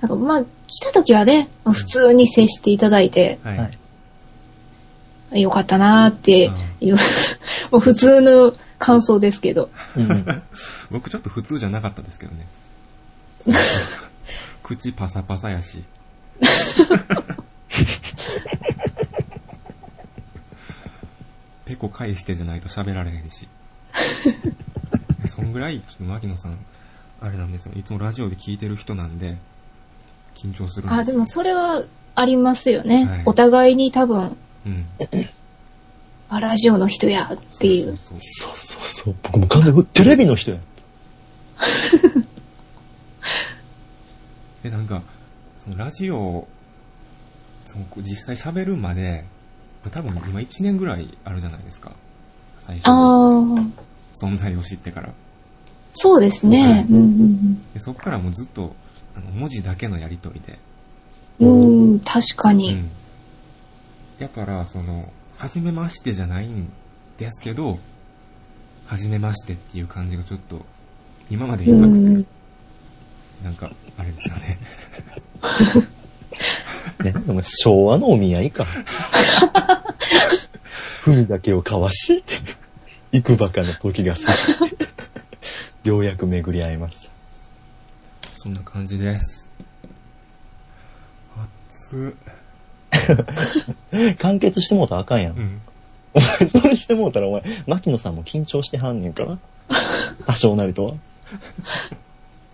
Speaker 3: なんかまあ、来た時はね、まあ普通に接していただいて、
Speaker 1: はい。
Speaker 2: はい。
Speaker 3: よかったなーっていう、もう普通の感想ですけど。
Speaker 2: うん。
Speaker 1: 僕ちょっと普通じゃなかったですけ どね。口パサパサや し。ペコ返してじゃないと喋られへんし。そんぐらい、ちょっと牧野さん、あれなんですよ。いつもラジオで聞いてる人なんで、緊張するん
Speaker 3: あ、
Speaker 1: です
Speaker 3: で
Speaker 1: よ
Speaker 3: もそれはありますよね。
Speaker 1: はい
Speaker 3: お互いに多分、
Speaker 1: うん。
Speaker 3: あラジオの人やっていう。
Speaker 1: そうそうそ
Speaker 2: そうそうそう。僕も完全にテレビの人や。
Speaker 1: うで、なんか、そのラジオを、その実際喋るまで、多分今1年ぐらいあるじゃないですか。最初の
Speaker 3: ああ、
Speaker 1: 存在を知ってから。
Speaker 3: そうですね。うんうん
Speaker 1: でそこからもうずっと、あの、文字だけのやりとりで。
Speaker 3: うん、うん確か
Speaker 1: う
Speaker 3: に。
Speaker 1: ん。だから、その、初めましてじゃないんですけど、初めましてっていう感じがちょっと、今まで
Speaker 3: う
Speaker 1: いなくて、
Speaker 3: ん、
Speaker 1: なんか、あれですよね。
Speaker 2: ね、でも昭和のお見合いか。文だけを交わし、行くばかの時がさ、ようやく巡り合いました。
Speaker 1: そんな感じです。熱っ。
Speaker 2: 完結してもうたらあかんやん。
Speaker 1: うん。
Speaker 2: お前、それしてもうたらお前、牧野さんも緊張してはんねんから。多少なりとは。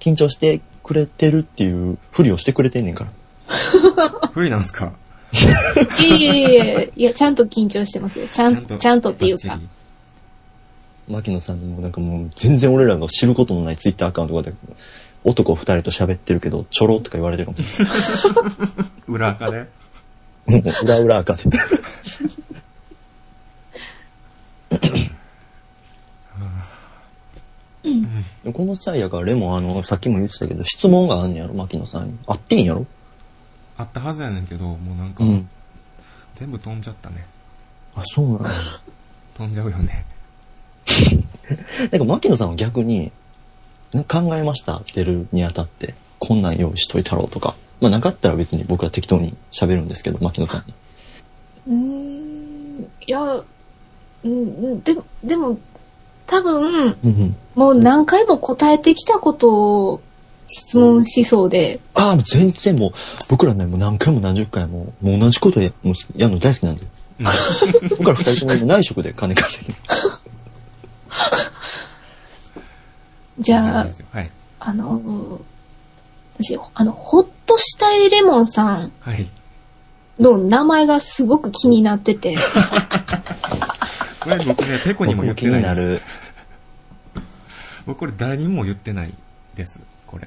Speaker 2: 緊張してくれてるっていうふりをしてくれてんねんから。
Speaker 1: 不利なんすか
Speaker 3: いえいえいえ、いや、ちゃんと緊張してますよ。ちゃん、ちゃんとっていう。
Speaker 1: バ
Speaker 3: か
Speaker 1: ッチ。リ
Speaker 2: 牧野さんもなんかもう全然俺らの知ることのないツイッターアカウントとかで、男二人と喋ってるけど、ちょろとか言われてるもん。
Speaker 1: 裏垢で。
Speaker 2: もう裏裏赤で。この際やから、レモンあの、さっきも言ってたけど、質問があんねやろ、牧野さんに。あっていいんやろ
Speaker 1: あったはずやねんけど、もうなんか、。全部飛んじゃったね。
Speaker 2: あ、そうなんや。
Speaker 1: 飛んじゃうよね。
Speaker 2: なんか、牧野さんは逆に、なんか考えました、出るにあたって、こんなん用意しといたろうとか。まあ、なかったら別に僕は適当に喋るんですけど、牧野さんに。
Speaker 3: うーん、いや、うん、でも、でも、多分、
Speaker 2: うんうん。
Speaker 3: もう何回も答えてきたことを質問しそうで、
Speaker 2: ああ、もう全然もう、僕らね、もう何回も何十回も、もう同じことやもうやるの大好き なんで。
Speaker 1: うん
Speaker 2: 僕ら二人とも今内職で金稼ぎ。
Speaker 3: じゃ
Speaker 1: いい
Speaker 3: あ
Speaker 1: で、すよ はい。
Speaker 3: あの、私、あの、ほっとしたいレモンさん
Speaker 1: はい。
Speaker 3: の名前がすごく気になっ てて、
Speaker 1: これ僕ね、ペコにも
Speaker 2: 僕
Speaker 1: 言
Speaker 2: も
Speaker 1: っ
Speaker 2: 気
Speaker 1: て
Speaker 2: に
Speaker 1: ない
Speaker 2: な
Speaker 1: です。
Speaker 2: る。
Speaker 1: 僕これ誰にも言ってないです、これ。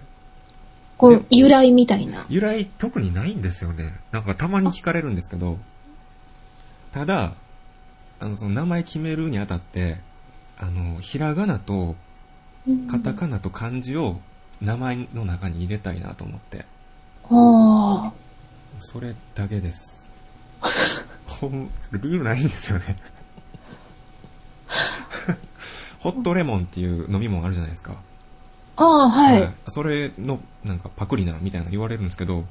Speaker 3: この由来みたいな。
Speaker 1: 由来特にないんですよね。なんかたまに聞かれるんですけど、ただ、あの、その名前決めるにあたって、あの、ひらがなとカタカナと漢字を名前の中に入れたいなと思って。
Speaker 3: ああ、
Speaker 1: それだけ です。ほん、理由ないんですよ ね。ホットレモンっていう飲み物あるじゃないですか。
Speaker 3: ああ、はい。
Speaker 1: それの、なんかパクリな、みたいな言われるんですけど、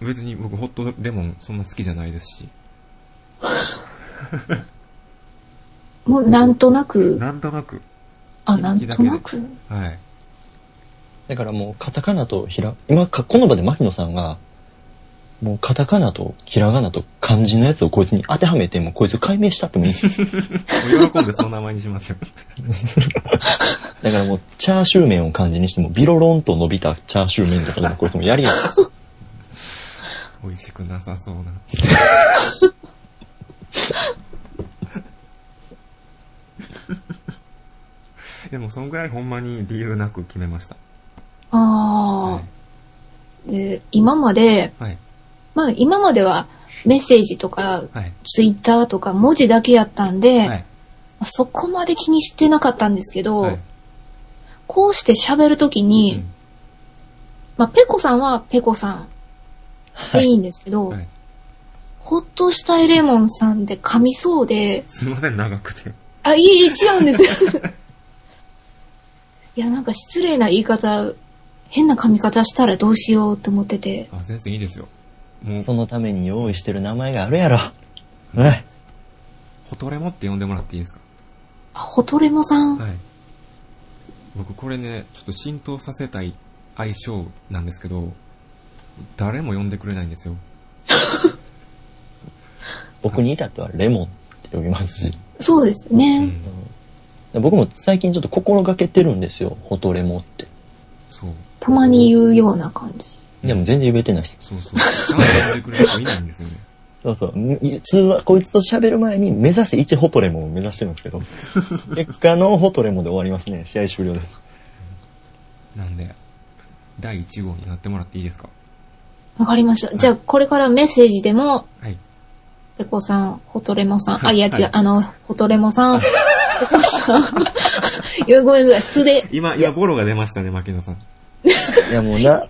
Speaker 1: 別に僕ホットレモンそんな好きじゃないですし、
Speaker 3: もうなんとなく、
Speaker 1: なんとなく、
Speaker 3: あ、なんとなく。
Speaker 1: はい。
Speaker 2: だからもう、カタカナとひら、今か、この場で牧野さんが、もうカタカナとひらがなと漢字のやつをこいつに当てはめて、もうこいつ解明したっても いい。
Speaker 1: もう喜んでその名前にしますよ。
Speaker 2: だからもう、チャーシュー麺を漢字にしても、ビロロンと伸びたチャーシュー麺だから、こいつもやりやすい。
Speaker 1: 美味しくなさそう な。でも、そんぐらいほんまに理由なく決めました。
Speaker 3: あ
Speaker 1: は
Speaker 3: あ、で今まで、
Speaker 1: い。はい。
Speaker 3: まあ今まではメッセージとか、
Speaker 1: はい。
Speaker 3: ツイッターとか文字だけやったんで、
Speaker 1: はい。
Speaker 3: そこまで気にしてなかったんですけど、
Speaker 1: はい
Speaker 3: こうして喋るときに、
Speaker 1: うん
Speaker 3: まあ、ペコさんはペコさんでいいんですけど、
Speaker 1: はい
Speaker 3: ほっとしたいレモンさんで噛みそうで、
Speaker 1: すいません、長くて。
Speaker 3: あ、いい、違うんです。いや、なんか失礼な言い方、変な髪型したらどうしようと思ってて。
Speaker 1: あ、全然いいですよ。もう、
Speaker 2: そのために用意してる名前があるやろ。ね。
Speaker 1: ほとれもって呼んでもらっていいですか
Speaker 3: あ、ホトレモさん。
Speaker 1: はい。僕これね、ちょっと浸透させたい相性なんですけど、誰も呼んでくれないんですよ。
Speaker 2: 僕に至ってはレモンって呼びますし。
Speaker 3: そうです
Speaker 1: う
Speaker 3: ね。
Speaker 1: ん。
Speaker 2: 僕も最近ちょっと心がけてるんですよ。ホトレモって。
Speaker 1: そう。
Speaker 3: たまに言うような感じ。
Speaker 2: でも全然言えてないし。
Speaker 1: そうそう。ちゃんと呼んでくれる人いないんですよね。
Speaker 2: そうそう。ん通話、こいつと喋る前に目指せ1ホトレモンを目指してるんですけ ど、結果のホトレモンで終わりますね。試合終了です。
Speaker 1: なんで、第1号になってもらっていいですか
Speaker 3: わかりました。じゃあ、これからメッセージでも、
Speaker 1: はい。
Speaker 3: ペコさん、ホトレモさん、あ、いや違う、
Speaker 1: はい
Speaker 3: あの、ホトレモさん、ペコさん、いや、ごめんなさい、素で、
Speaker 1: 今、今、ボロが出ましたね、牧野さん。
Speaker 2: いやもうな、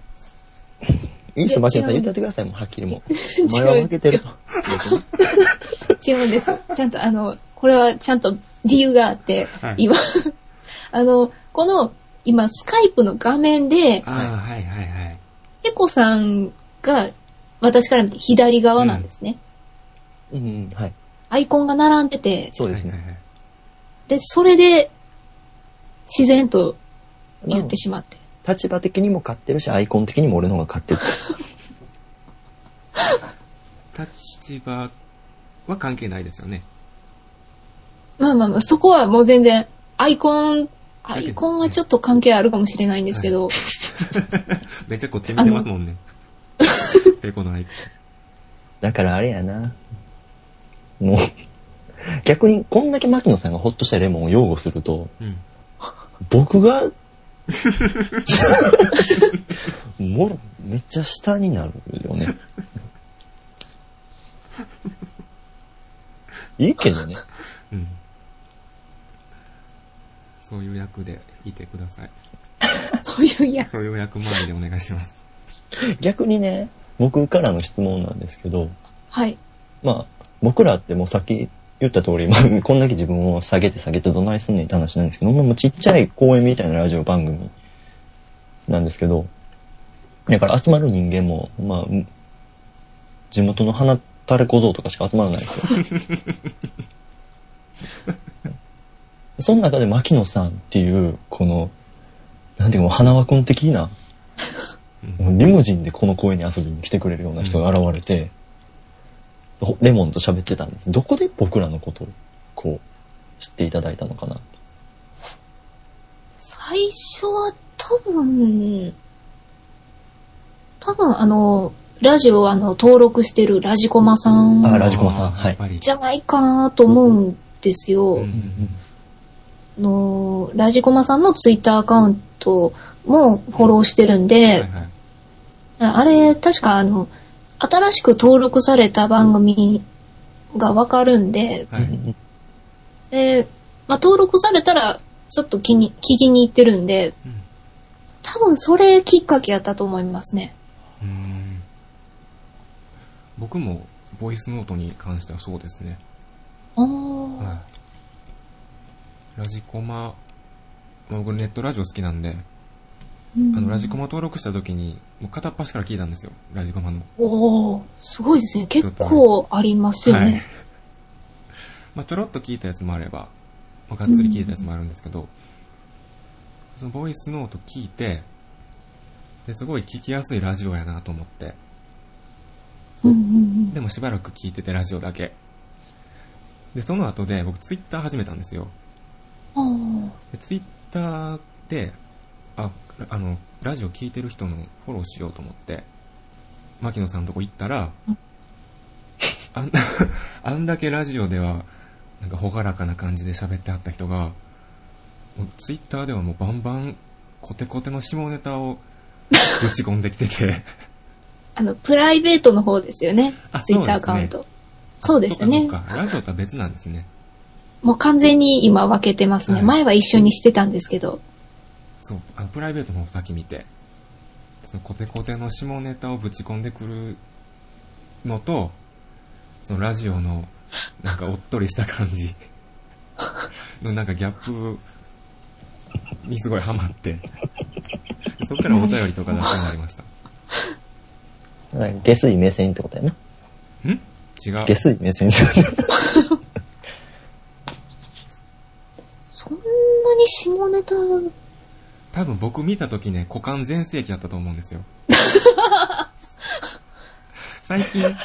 Speaker 2: いいっすよ、マシンさん
Speaker 3: 違
Speaker 2: 言っ
Speaker 3: う
Speaker 2: てやってください、もうはっきりも う。お前は負けてる と。
Speaker 3: 違うんです。ちゃんと、あの、これはちゃんと理由があって、
Speaker 1: はい
Speaker 3: 今、あの、この、今、スカイプの画面で、
Speaker 1: ああ、はいはいはい。
Speaker 3: ペコさんが、私から見て左側なんですね。
Speaker 2: うん、はい。
Speaker 3: アイコンが並んでて、
Speaker 2: そう
Speaker 1: は
Speaker 2: で
Speaker 1: い
Speaker 2: す
Speaker 1: はいは
Speaker 2: ね。
Speaker 1: い。
Speaker 3: で、それで、自然と言ってしまって。
Speaker 2: 立場的にも勝ってるし、アイコン的にも俺の方が勝ってる。
Speaker 1: 立場は関係ないですよね。
Speaker 3: まあまあまあ、そこはもう全然、アイコン、ア
Speaker 1: だけど
Speaker 3: イコンはちょっと関係あるかもしれないんですけど、
Speaker 1: めっちゃこっち見てますもんね。ペコのアイコ
Speaker 2: だからあれやな。もう、逆にこんだけ牧野さんがホッとしたレモンを擁護すると、
Speaker 1: ン。 うん。
Speaker 2: 僕が、もろ、めっちゃ下になるよね。いいけどね。
Speaker 1: うん。そういう役でいてください。
Speaker 3: そういういや、
Speaker 1: そういう役回りでお願いします。
Speaker 2: 逆にね、僕からの質問なんですけど、
Speaker 3: はい。
Speaker 2: まあ、僕らってもうさっき言った通り、まあ、こんだけ自分を下げて下げてどないすんねんって話なんですけど、まあ、もうちっちゃい公演みたいなラジオ番組なんですけど、だから集まる人間も、まあ、地元の花垂れ小僧とかしか集まらないんですよ。 その中で牧野さんっていう、この、なんていうかもう花輪君的な、
Speaker 1: うん。
Speaker 2: もうリムジンでこの公園に遊びに来てくれるような人が現れて、ほレモンと喋ってたんです。どこで僕らのことを、こう、知っていただいたのかなって
Speaker 3: 最初は多分、多分あの、ラジオあの、登録してるラジコマさ
Speaker 2: あ
Speaker 3: ん
Speaker 2: ラジコマさん
Speaker 1: あー
Speaker 2: はい
Speaker 1: やっぱり。
Speaker 3: じゃないかなと思うんですよ。
Speaker 1: うんうん
Speaker 3: の、ラジコマさんのツイッターアカウントもフォローしてるんで、
Speaker 1: はいはい。
Speaker 3: あれ、確かあの、新しく登録された番組がわかるんで、
Speaker 1: は。い。
Speaker 2: うん
Speaker 3: で、まあ、登録されたら、ちょっと気に、聞きに行ってるんで、
Speaker 1: うん
Speaker 3: 多分それきっかけやったと思いますね。
Speaker 1: うーん僕もボイスノートに関してはそうですね、
Speaker 3: あー
Speaker 1: はい、ラジコマ、まあ僕ネットラジオ好きなんで、
Speaker 3: うん
Speaker 1: あのラジコマ登録した時にもう片っ端から聞いたんですよラジコマの、
Speaker 3: おおすごいですね。結構ありますよ
Speaker 1: はい
Speaker 3: ね。
Speaker 1: まあ、ちょろっと聞いたやつもあれば、まあ、がっつり聞いたやつもあるんですけど、そのボイスノート聞いてですごい聞きやすいラジオやなと思って
Speaker 3: うんうん
Speaker 1: でもしばらく聞いててラジオだけでその後で僕ツイッター始めたんですよ
Speaker 3: うん。あ
Speaker 1: でツイッターで、あ、あの、ラジオ聞いてる人のフォローしようと思って、牧野さんのとこ行ったら、あん あんだけラジオでは、なんか朗らかな感じで喋ってはった人が、もうツイッターではもうバンバン、コテコテの下ネタをぶち込んできてて、
Speaker 3: ーあの、プライベートの方ですよね
Speaker 1: あ。
Speaker 3: ツイッターアカウント。 そうです
Speaker 1: あ
Speaker 3: ね
Speaker 1: そ。うかそうかラジオとは別なんですね。
Speaker 3: もう完全に今分けてます
Speaker 1: は
Speaker 3: ね。
Speaker 1: い
Speaker 3: 前は一緒にしてたんですけど。
Speaker 1: そう、あのプライベートの方先見て、そのコテコテの下ネタをぶち込んでくるのと、そのラジオの、なんかおっとりした感じ。のなんかギャップにすごいハマって、そっからお便りとか出すようになりました。
Speaker 2: なんか下水目線ってことやな。
Speaker 1: ん違う
Speaker 2: 下。水目線ってこと
Speaker 3: そんなに下ネタ、
Speaker 1: 多分僕見た時ね、股間全盛期だったと思うん ですよ。最近、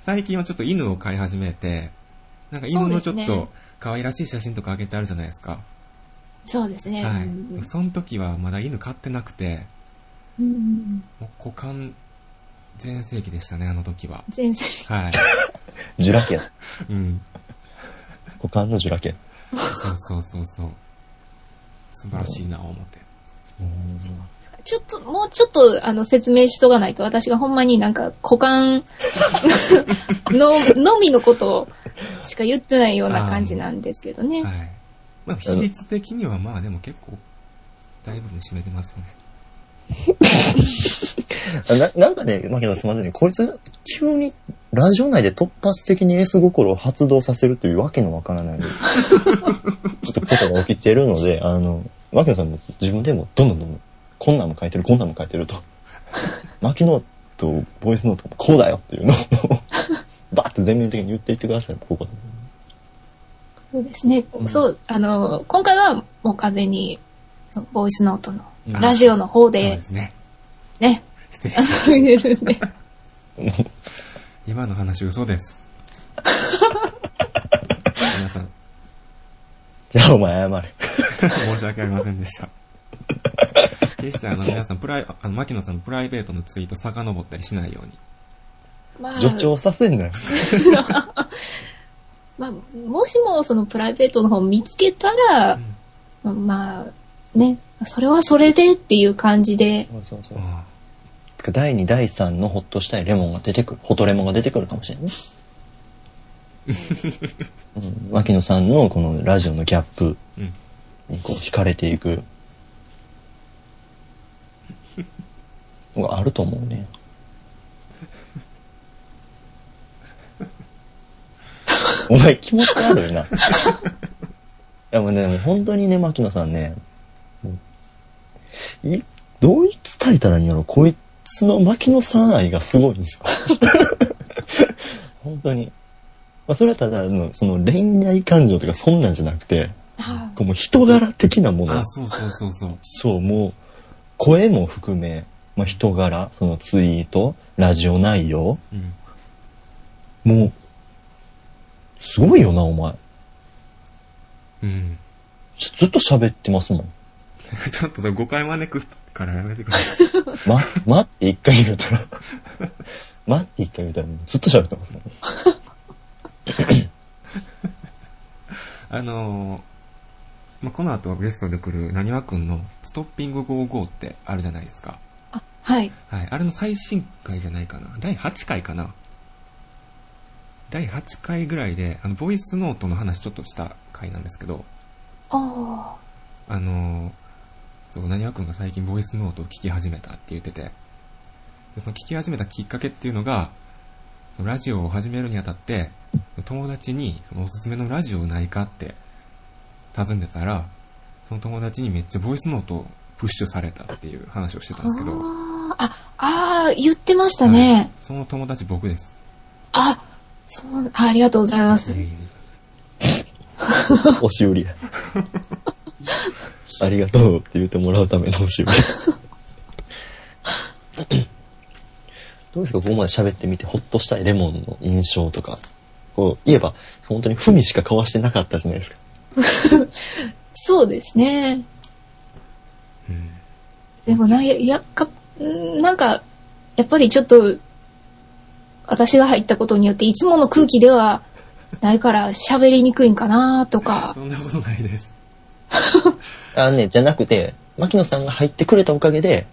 Speaker 1: 最近はちょっと犬を飼い始めて、なんか犬のち
Speaker 3: そ
Speaker 1: ょ
Speaker 3: うで
Speaker 1: っ
Speaker 3: すね
Speaker 1: と可愛らしい写真とかあげてあるじゃないですか。
Speaker 3: そうですね。
Speaker 1: は
Speaker 3: うん
Speaker 1: い。その時はまだ犬飼ってなくて、
Speaker 3: うんうん
Speaker 1: もう股間全盛期でしたね、あの時 は。
Speaker 3: 全然。
Speaker 1: はい。
Speaker 2: ジュラケや。
Speaker 1: うん。
Speaker 2: 股間のジュラケ。
Speaker 1: そうそうそうそう。素晴らしいな、思って。
Speaker 3: ちょっと、もうちょっと、あの、説明しとかないと、私がほんまになんか、股間の、のみのことしか言ってないような感じなんですけどね。
Speaker 1: はい。まあ、比率的にはまあでも結構、だいぶ占めてますよね。
Speaker 2: ななんかね、マけどすいませんね。こいつ、急に、ラジオ内で突発的に S 心を発動させるというわけのわから ない、ちょっとことが起きてるので、あの、マキノさんも自分でもどんどんどんどん、こんなんも書いてる、こんなんも書いてる と。マキノとボイスノートもこうだよっていうのを、バーって全面的に言っていってください、ここで。
Speaker 3: そうですね。
Speaker 2: うん
Speaker 3: そう、あの、今回はもう完全に、そう、ボイスノートの、
Speaker 2: うん
Speaker 3: ラジオの方
Speaker 1: そう
Speaker 3: で
Speaker 1: で、すね。
Speaker 3: ね、
Speaker 1: 失 礼。
Speaker 3: 言えるんで。
Speaker 1: 今の話嘘です。皆さん、
Speaker 2: じゃあお前謝れ。
Speaker 1: 申し訳ありませんでした。決してあの皆さん、プライ、あの、牧野さんのプライベートのツイート遡ったりしないように。
Speaker 3: まあ、
Speaker 2: 助長させんなよ。
Speaker 3: まあ、もしもそのプライベートの方見つけたら、
Speaker 1: うん
Speaker 3: まあ、ね、それはそれでっていう感じで、
Speaker 2: そうそうそう。
Speaker 1: あ
Speaker 2: 第2、第3のホッとしたいレモンが出てくる、ホトレモンが出てくるかもし れないね。うん、牧野さんのこのラジオのギャップ
Speaker 1: あうん。
Speaker 2: にこう惹かれて いく。のがあると思 うね。お前気持ち悪いな。いやもうね、本当にね、牧野さんね、い、どう伝えたらいいんやろこいつの牧野さん愛がすごいんですよ。 本当に。まあ、それはただあの、その恋愛感情とかそんなんじゃなくて、
Speaker 3: あ
Speaker 2: こうもう人柄的なもの
Speaker 1: あ、。そうそうそうそう。
Speaker 2: そう、もう、声も含め、まあ、人柄、そのツイート、ラジオ内容、
Speaker 1: うん。
Speaker 2: もう、すごいよな、お前。
Speaker 1: うん。
Speaker 2: ずっと喋ってますもん。
Speaker 1: ちょっと誤解招くからやめてください。
Speaker 2: ま、待って一回言うたら、 待って一回言うたら、ずっと喋ってますもん。
Speaker 1: あのーまあ、この後ゲストで来るなにわくんのストッピング55ってあるじゃないですか。
Speaker 3: あ、はい。
Speaker 1: はい。あれの最新回じゃないかな。第8回かな。第8回ぐらいで、あの、ボイスノートの話ちょっとした回なんですけど、
Speaker 3: あ
Speaker 1: あのーそう、なにわくんが最近ボイスノートを聞き始めたって言ってて、でその聞き始めたきっかけっていうのが、そのラジオを始めるにあたって、友達にそのおすすめのラジオないかって尋ねたら、その友達にめっちゃボイスノートをプッシュされたっていう話をして
Speaker 3: あ
Speaker 1: たんですけど、
Speaker 3: あ、ああ、言ってました
Speaker 1: はい
Speaker 3: ね。
Speaker 1: その友達僕です。
Speaker 3: あ、そう、あありがとうございます。
Speaker 2: 押し売りや。ありがとうって言ってもらうための押し売り。どうですか、ここまで喋ってみて、ほっとしたいレモンの印象とか。こう、言えば、本当に文しか交わしてなかったじゃないですか。
Speaker 3: そうですね。
Speaker 1: うん
Speaker 3: でもなんや、やっか、んなんか、やっぱりちょっと、私が入ったことによって、いつもの空気ではないから喋りにくいんかなとか
Speaker 1: そ。んなことないです。
Speaker 2: あのね、じゃなくて、牧野さんが入ってくれたおかげで、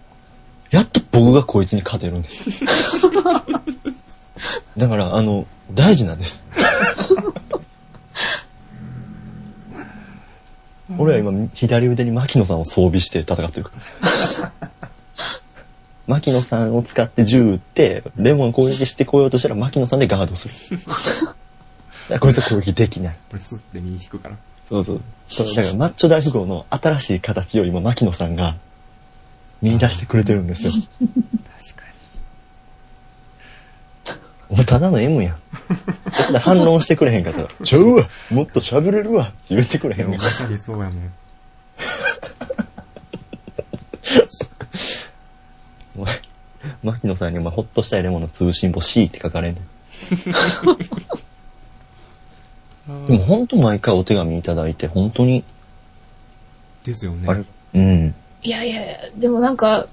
Speaker 2: やっと僕がこいつに勝てるんです。だから、あの、大事なんです。俺は今、左腕に牧野さんを装備して戦ってるから。牧野さんを使って銃撃って、レモン攻撃してこようとしたら牧野さんでガードする。あこいつは攻撃できない。
Speaker 1: これスッて右引くから。
Speaker 2: そうそう。そのだからマッチョ大富豪の新しい形よりも牧野さんが見出してくれてるんですよ。
Speaker 1: 確か
Speaker 2: お前ただの M やん。だから反論してくれへんかったら、ちゃうわもっと喋れるわって言ってくれへ
Speaker 1: で
Speaker 2: ん
Speaker 1: も
Speaker 2: か
Speaker 1: ま
Speaker 2: った
Speaker 1: さにそうやもん。
Speaker 2: お前、牧野さんにお前ほっとしたいレモンの通信簿 C って書かれんねんでも
Speaker 1: あ
Speaker 2: 本当毎回お手紙いただいて、本当に、
Speaker 1: ーですよ
Speaker 2: あれ
Speaker 1: ね。、
Speaker 2: うん。
Speaker 3: いやいやいや、でもなんか、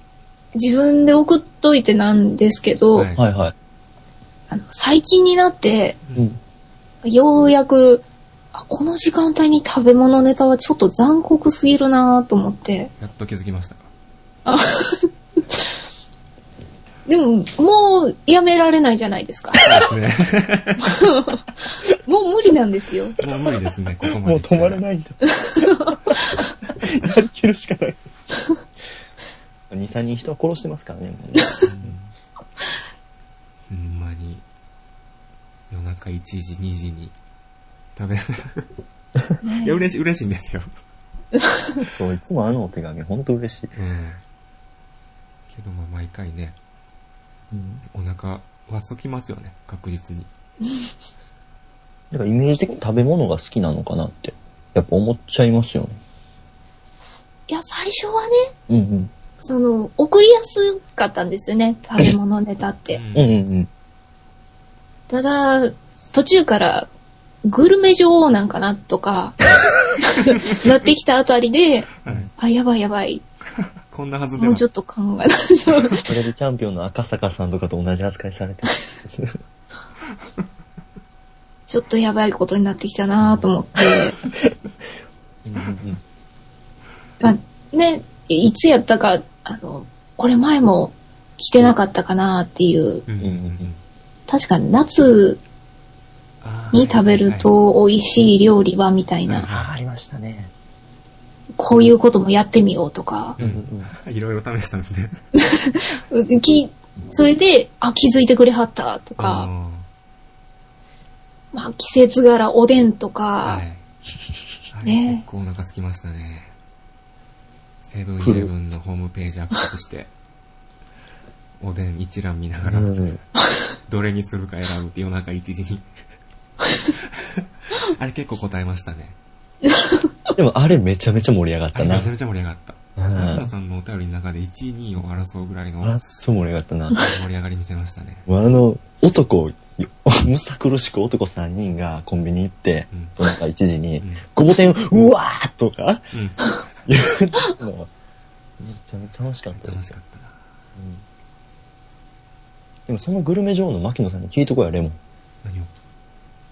Speaker 3: 自分で送っといてなんですけど、
Speaker 1: はい
Speaker 2: はいは
Speaker 3: あの最近になって、
Speaker 2: い。うん。
Speaker 3: ようやく、あこの時間帯に食べ物ネタはちょっと残酷すぎるなと思って。
Speaker 1: やっと気づきましたか。
Speaker 3: でも、もうやめられないじゃないで すか。
Speaker 1: そうですね。
Speaker 3: もう無理なんですよ。
Speaker 1: もう無理ですね、ここまで。
Speaker 2: もう止まれ
Speaker 1: い。
Speaker 2: ないんだ。 やりきるしかない。 二三人人は殺してますからね。もうね
Speaker 1: ほんまに。夜中1時、2時に食べ、いや、嬉しい、嬉しいんですよ。
Speaker 2: そう、いつもあのお手紙、本当嬉しい。
Speaker 1: うん。けど、まあ、毎回ね、
Speaker 2: うん。
Speaker 1: お腹、はっそきますよね、確実に。
Speaker 2: だからイメージ的に食べ物が好きなのかなって、やっぱ思っちゃいますよね。
Speaker 3: いや、最初はね、
Speaker 2: うんうん。
Speaker 3: その、送りやすかったんですよね、食べ物ネタっ
Speaker 1: う
Speaker 3: て。
Speaker 1: ん
Speaker 2: うんうんうん。
Speaker 3: ただ、途中から、グルメ女王なんかな とか、なってきたあたりで、
Speaker 1: はい。
Speaker 3: あ、やばいやばい、
Speaker 1: こんなはずで
Speaker 3: も
Speaker 1: は
Speaker 3: うちょっと考えないと。
Speaker 2: テ レビチャンピオンの赤坂さんとかと同じ扱いされてる。
Speaker 3: ちょっとやばいことになってきたなと思って、
Speaker 2: うんうん
Speaker 3: まあ、ね、いつやったか、あの、これ前も来てなかったかなっていう、
Speaker 1: うんうんうんうん
Speaker 3: 確かに夏
Speaker 1: あー
Speaker 3: に食べると美味しい料理はみたいな、
Speaker 2: ああ、ありましたね。
Speaker 3: こういうこともやってみようとか、
Speaker 1: うんいろいろ試したんですね。
Speaker 3: うんきそれで、あ、気づいてくれはったと
Speaker 1: あ
Speaker 3: か、まあ、季節柄おでんと
Speaker 1: あは
Speaker 3: か、
Speaker 1: い。あれ
Speaker 3: ね
Speaker 1: 結構お腹空きましたね。セブンイレブンのホームページアクセス して、おでん一覧見ながら、
Speaker 2: うん
Speaker 1: どれにするか選ぶって夜中1時 に。あれ結構答えましたね。
Speaker 2: でもあれめちゃめちゃ盛り上がっ
Speaker 1: あ
Speaker 2: た
Speaker 1: れ
Speaker 2: な
Speaker 1: めちゃ。めちゃ盛り上がった。
Speaker 2: うん
Speaker 1: 牧野さんのお便りの中で1位、2位を争うぐらいの
Speaker 2: あ、そう盛り上がったな。
Speaker 1: 盛り上がり見せましたね。
Speaker 2: もうあの、男、むさ苦しく男3人がコンビニ行って
Speaker 1: う、ん。
Speaker 2: なんか1時に
Speaker 1: う、ん
Speaker 2: ごぼ天、うわーとか
Speaker 1: うん。
Speaker 2: 言うのめちゃめちゃ楽しかったで
Speaker 1: 楽
Speaker 2: す
Speaker 1: し
Speaker 2: よ
Speaker 1: か。ったな。
Speaker 2: うんでもそのグルメ女王の牧野さんに聞いとこうや、レモン。
Speaker 1: 何を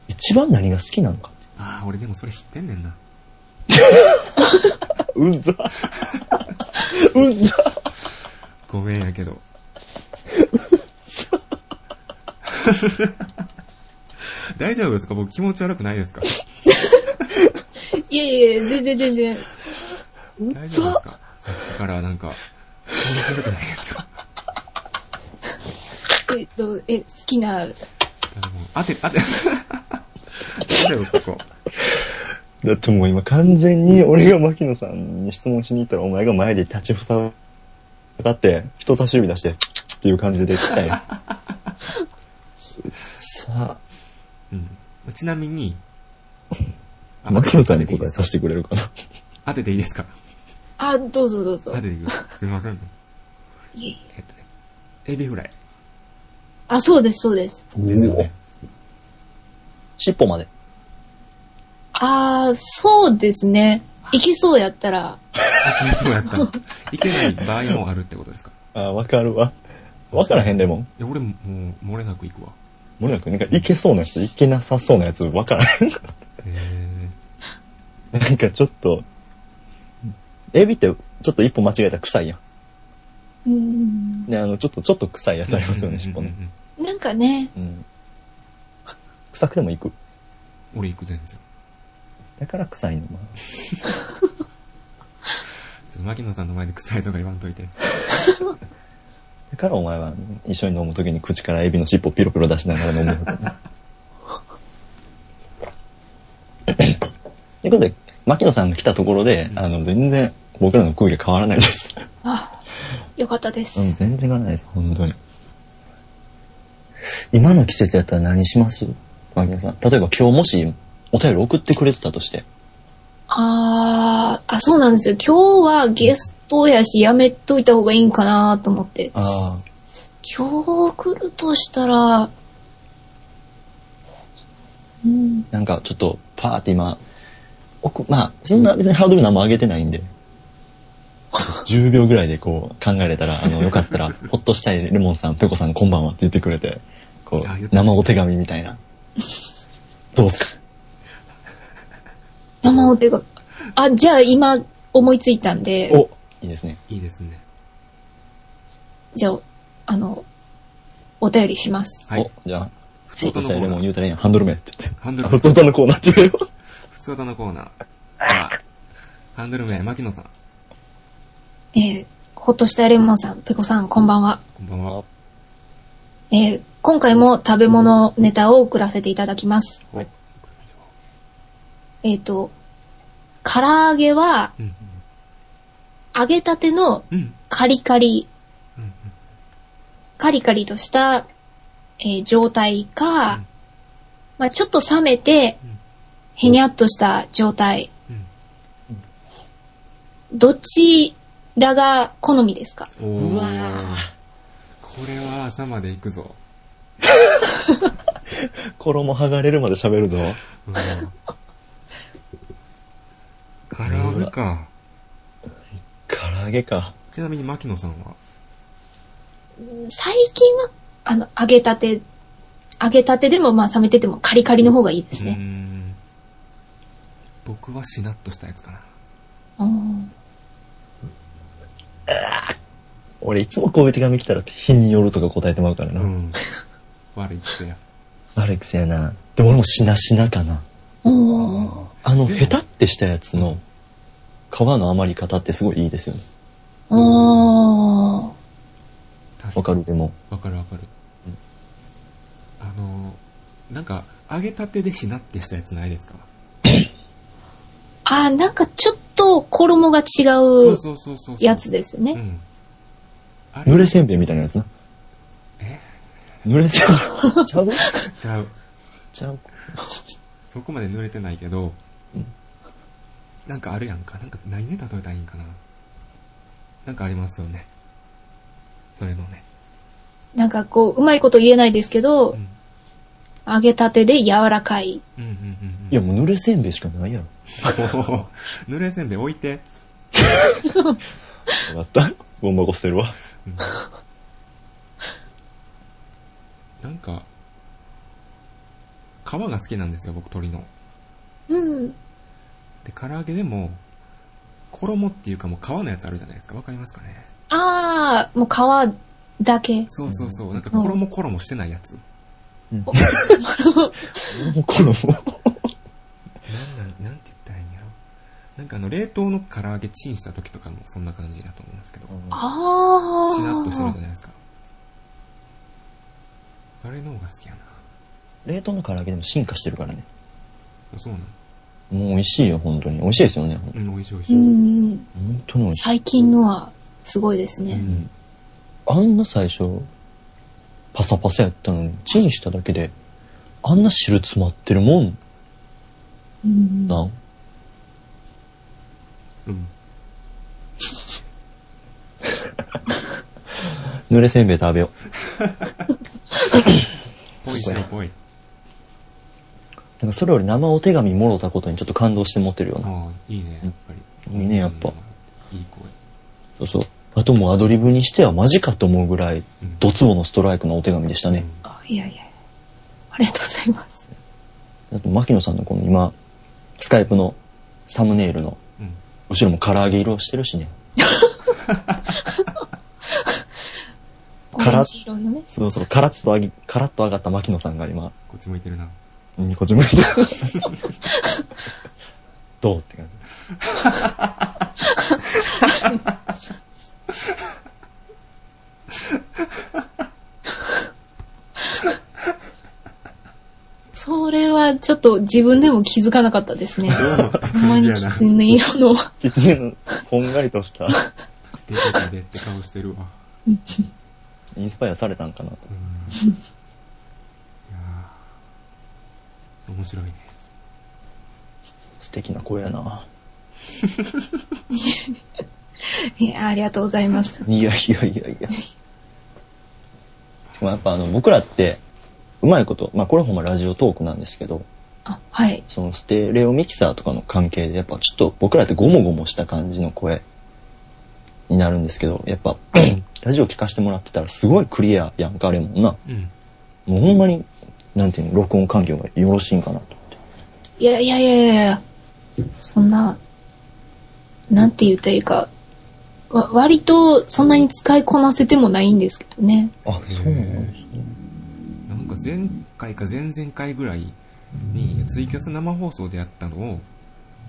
Speaker 2: 一番何が好きなのかって。
Speaker 1: ああ、俺でもそれ知ってんねんな。
Speaker 2: うざ。うざ。
Speaker 1: ごめんやけ ど。大丈夫ですか僕気持ち悪くないですか
Speaker 3: いやいや、全然全然。
Speaker 1: 大丈夫ですかさっきからなんか、気持ち悪くないですか
Speaker 3: えっと、え、好きな、
Speaker 1: 誰も当て、当て、大丈夫ここ。
Speaker 2: だってもう今完全に俺が牧野さんに質問しに行ったらお前が前で立ちふさがって人差し指出してっていう感じで来たよ。 さ
Speaker 1: うん。ちなみに、
Speaker 2: あ、牧野さんに答えさせてくれるかな。
Speaker 1: 当てていいですか
Speaker 3: あ、どうぞどうぞ
Speaker 1: 当。てていいですかすいません。
Speaker 3: いえ
Speaker 1: えっとね、エビフライ。
Speaker 3: あ、そうです、そうです。
Speaker 1: ですよね。
Speaker 2: 尻尾まで。
Speaker 3: あー、そうですね。いけそうやったら、
Speaker 1: あ、そうやった。いけない場合もあるってことですか
Speaker 2: あ、わかるわ。わからへんでも。
Speaker 1: いや、俺ももう漏れなくいくわ。
Speaker 2: 森田くん、なんかいけそうなやつ、いけなさそうなやつ、わからへん。
Speaker 1: へえ。
Speaker 2: なんかちょっと、エビってちょっと一歩間違えたら臭いやん。
Speaker 3: うーん、
Speaker 2: ね、あの、ちょっと、ちょっと臭いやつありますよね、尻尾
Speaker 1: うんう
Speaker 2: ね
Speaker 1: んう。ん
Speaker 3: なんかね、
Speaker 2: うん。臭くても行く。
Speaker 1: うん俺行く全然。
Speaker 2: だから臭いのな。
Speaker 1: ちょ、牧野さんの前で臭いとか言わんといて。
Speaker 2: だからお前は一緒に飲むときに口からエビの尻尾ピロピロ出しながら飲む。ということで、牧野さんが来たところで
Speaker 1: う、ん
Speaker 2: あの、全然僕らの空気変わらないです。
Speaker 3: あ、よかったです。
Speaker 2: うん、全然変わらないです、本当に。今の季節やったら何します牧野さん。例えば今日もしお便り送ってくれてたとして。
Speaker 3: あー、あ、そうなんですよ。今日はゲストやし、やめといた方がいいんかなと思って。
Speaker 2: あ
Speaker 3: 今日来るとしたら、うん、
Speaker 2: あ。なんかちょっと、パーって今、奥、まあ、そんな別にハードル何も上げてないん で。10秒ぐらいでこう考えれたら、あの、よか ったら、ほっとしたいレモンさん、ペコさんこんばんはって言ってくれて、こ
Speaker 1: あ言っ
Speaker 2: う、
Speaker 1: た
Speaker 2: 生お手紙みたいな。どうっすか
Speaker 3: 生お手が。あ、じゃあ今思いついたんで、
Speaker 2: おいいですね。
Speaker 1: いいですね。
Speaker 3: じゃあ、あの、お便りします。
Speaker 1: はい。
Speaker 2: お、じゃあ、
Speaker 1: 普
Speaker 2: ちょ
Speaker 1: 通
Speaker 2: っと
Speaker 1: 歌の
Speaker 2: した
Speaker 1: コ
Speaker 2: らレ
Speaker 1: ーナ
Speaker 2: モン
Speaker 1: ー。
Speaker 2: 言うたらいいやんハンドル名って言って。
Speaker 1: ハンド
Speaker 2: あ
Speaker 1: ル
Speaker 2: の、
Speaker 1: 名。
Speaker 2: ゾタのコーナーって言うよ。
Speaker 1: 普通歌のコーナー。じゃあ、ハンドル名、牧野さん。
Speaker 3: えー、ほっとしたレモンさん、ペコさん、こんばんは。
Speaker 1: こんばんは。
Speaker 3: えー、今回も食べ物ネタを送らせていただきます。
Speaker 1: お
Speaker 3: えっ、と、唐揚げは
Speaker 1: うん。
Speaker 3: 揚げたての
Speaker 1: うん。
Speaker 3: カリカリ、
Speaker 1: うん。
Speaker 3: カリカリとした、えー状態か、
Speaker 1: うん
Speaker 3: まあちょっと冷めて
Speaker 1: うん、
Speaker 3: へにゃっとした状態、
Speaker 1: うん。
Speaker 3: どちらが好みですか
Speaker 1: おー
Speaker 2: うわー
Speaker 1: これは朝まで行くぞ。
Speaker 2: 衣剥がれるまで喋るぞ。
Speaker 1: うん唐揚げか。
Speaker 2: 唐揚げか。
Speaker 1: ちなみに牧野さんは
Speaker 3: 最近は、あの、揚げたて、揚げたてでもまあ冷めててもカリカリの方がいいです
Speaker 1: うー
Speaker 3: ね。
Speaker 1: ん僕はしなっとしたやつかな。
Speaker 3: うん
Speaker 2: 俺いつもこういう手紙来たら、日によるとか答えてもらうからな。
Speaker 1: うん。悪い癖や。
Speaker 2: 悪い癖やな。でも俺もしなしなかな。
Speaker 3: うん
Speaker 2: あの、
Speaker 1: でも
Speaker 2: ヘタってしたやつの、皮の余り方ってすごいいいですよね。
Speaker 3: うん
Speaker 1: 確
Speaker 2: わかるでも。
Speaker 1: わかるわかる。あのー、なんか、揚げたてでしなってしたやつないですか
Speaker 3: あー、なんかちょっと衣が違
Speaker 1: そううそうそうそうそう。
Speaker 3: やつですよ
Speaker 1: う
Speaker 3: ね。
Speaker 1: ん。あれ
Speaker 2: 濡れせんべいみたいなやつな。
Speaker 1: え
Speaker 2: 濡れせんべい。ちゃう
Speaker 1: ちゃう。
Speaker 2: ちゃう。
Speaker 1: そこまで濡れてないけど
Speaker 2: うん、
Speaker 1: なんかあるやんか。なんか何ね例えたらいいんかな。なんかありますよね。そういうのね。
Speaker 3: なんかこう、うまいこと言えないですけ
Speaker 1: う
Speaker 3: ど、
Speaker 1: ん。
Speaker 3: 揚げたてで柔らかい。
Speaker 1: うんうんうんうん。
Speaker 2: いや、もう濡れせんべいしかないやろ。
Speaker 1: もう、 濡れせんべい置いて。
Speaker 2: わかった。ゴン箱捨てるわ。
Speaker 1: うんなんか、皮が好きなんですよ、僕、鶏の。
Speaker 3: うん。
Speaker 1: で、唐揚げでも、衣っていうかもう皮のやつあるじゃないですか。わかりますかね
Speaker 3: あー、もう皮だけ。
Speaker 1: そうそうそう。なんか衣衣してないやつ。
Speaker 2: もう
Speaker 1: なんな
Speaker 2: この、
Speaker 1: ん、なんて言ったらいいんやろ。なんかあの、冷凍の唐揚げチンした時とかもそんな感じだと思うんですけど。
Speaker 3: あー。
Speaker 1: しなっとしてるじゃないですか。あれの方が好きやな。
Speaker 2: 冷凍の唐揚げでも進化してるからね。
Speaker 1: そうなん。
Speaker 2: もう美味しいよ、本当に。美味しいですよね。
Speaker 1: うん、美味しい美味し
Speaker 3: う
Speaker 1: い。
Speaker 3: んうん。
Speaker 2: 本当に美味しい。
Speaker 3: 最近のはすごいです
Speaker 1: う
Speaker 3: ね。
Speaker 1: ん
Speaker 2: あんな最初、パサパサやったのに、チンしただけで、あんな汁詰まってるもん
Speaker 3: うん
Speaker 2: なん
Speaker 1: うん。
Speaker 2: 濡れせんべい食べよ
Speaker 1: ぽいしろぽい。
Speaker 2: う。なんかそれより生お手紙もろたことにちょっと感動して持ってるような。
Speaker 1: ああ、いいね、やっぱり。
Speaker 2: いいねやっぱ
Speaker 1: うん。いい声。
Speaker 2: そうそう。あともうアドリブにしてはマジかと思うぐらい、
Speaker 1: うん
Speaker 2: ドツボのストライクのお手紙でしたね。
Speaker 3: あいやいや。ありがとうございます。
Speaker 2: あと、牧野さんのこの今、スカイプのサムネイルの
Speaker 1: うん。うん
Speaker 2: 後ろも唐揚げ色してるしね。
Speaker 3: オ
Speaker 2: から
Speaker 3: レンジ色のね。
Speaker 2: そうそう、カラッと上げ、カラッと上がった牧野さんが今、
Speaker 1: こっち向いてるな。
Speaker 2: うん、こっち向いて。 どうって感
Speaker 3: それはちょっと自分でも気づかなかったですね。
Speaker 1: どうもって
Speaker 3: ほんま
Speaker 1: 感じ
Speaker 3: に
Speaker 1: や
Speaker 3: き
Speaker 1: な
Speaker 3: つ。ね色の。
Speaker 2: きつね、こんがりとした、
Speaker 1: 出てたでって顔してるわ。
Speaker 2: インスパイアされたんかなと。
Speaker 1: うん。いやー面白いね。
Speaker 2: 素敵な声やな。
Speaker 3: いやありがとうございます。
Speaker 2: いやいやいやいや。まあやっぱあの、僕らって、うまいこと、まあこれほんまラジオトークなんですけど、
Speaker 3: あ、はい。
Speaker 2: そのステレオミキサーとかの関係で、やっぱちょっと僕らってゴモゴモした感じの声になるんですけど、やっ ぱ、ラジオ聞かせてもらってたらすごいクリアやんか、あれもな。
Speaker 1: うん。
Speaker 2: もうほんまに、なんていうの、録音環境がよろしいんかなと。
Speaker 3: いやいやいやいやいやそんな、なんて言ったらいいか、わ割とそんなに使いこなせてもないんですけどね。
Speaker 2: あ、そうなんですね。
Speaker 1: なんか前回か前々回ぐらいにツイキャス生放送でやったのを、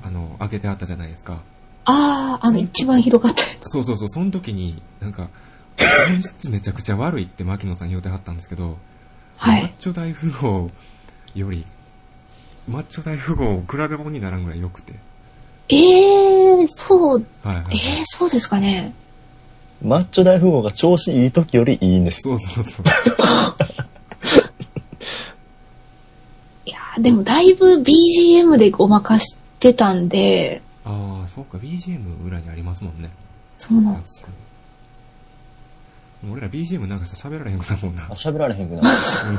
Speaker 1: あの、上げてあったじゃないですか。
Speaker 3: ああ、あの一番ひどかったや
Speaker 1: そうそうそう、その時に、なんか、 音質めちゃくちゃ悪いって牧野さん言うてはったんですけど、
Speaker 3: つ。は
Speaker 1: マッ
Speaker 3: い。
Speaker 1: チョ大富豪より、マッチョ大富豪を比べ物にならんぐらい良くて。
Speaker 3: ええー、そう、
Speaker 1: はいはいは
Speaker 3: え
Speaker 1: い。
Speaker 3: えー、そうですかね。
Speaker 2: マッチョ大富豪が調子いい時よりいいんです。
Speaker 1: そうそうそう。
Speaker 3: いやーでもだいぶ BGM でごまかしてたんで、
Speaker 1: ああ、そうか、BGM 裏にありますもんね。
Speaker 3: そうなんです。
Speaker 1: 確かに。俺ら BGM なんかさ、喋られへんくなるもんな
Speaker 2: あ。喋られへんくなる。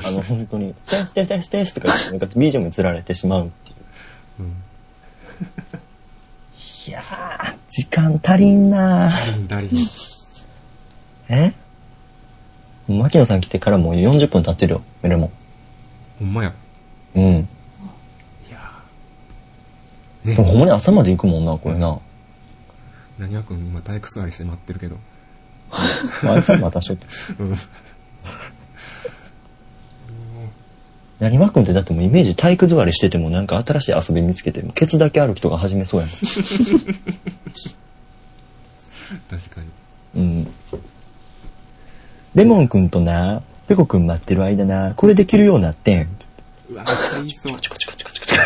Speaker 2: あの、本当に、テステステステスとか言って、なんか BGM に釣られてしまう。
Speaker 1: うん。
Speaker 2: いやー、時間足りんな
Speaker 1: ダリン、ダリ ン。
Speaker 2: え牧野さん来てからもう40分経ってるよ、メルモ
Speaker 1: ほんまや。
Speaker 2: ン。うん。
Speaker 1: いや
Speaker 2: で
Speaker 1: ね
Speaker 2: もほんまに朝まで行くもんな、これな。
Speaker 1: 何わくん今体育座りして待ってるけど。
Speaker 2: まあ朝またしょって。
Speaker 1: うん。
Speaker 2: なにわくんってだってもうイメージ体育座りしててもなんか新しい遊び見つけても、ケツだけ歩きとか始めそうや
Speaker 1: 確かに。
Speaker 2: もん。うん。レモンくんとな、ペコくん待ってる間な、これできるようになってん。
Speaker 1: うわ、めっち ゃ言いそう。
Speaker 2: チコチコチコチコチコ。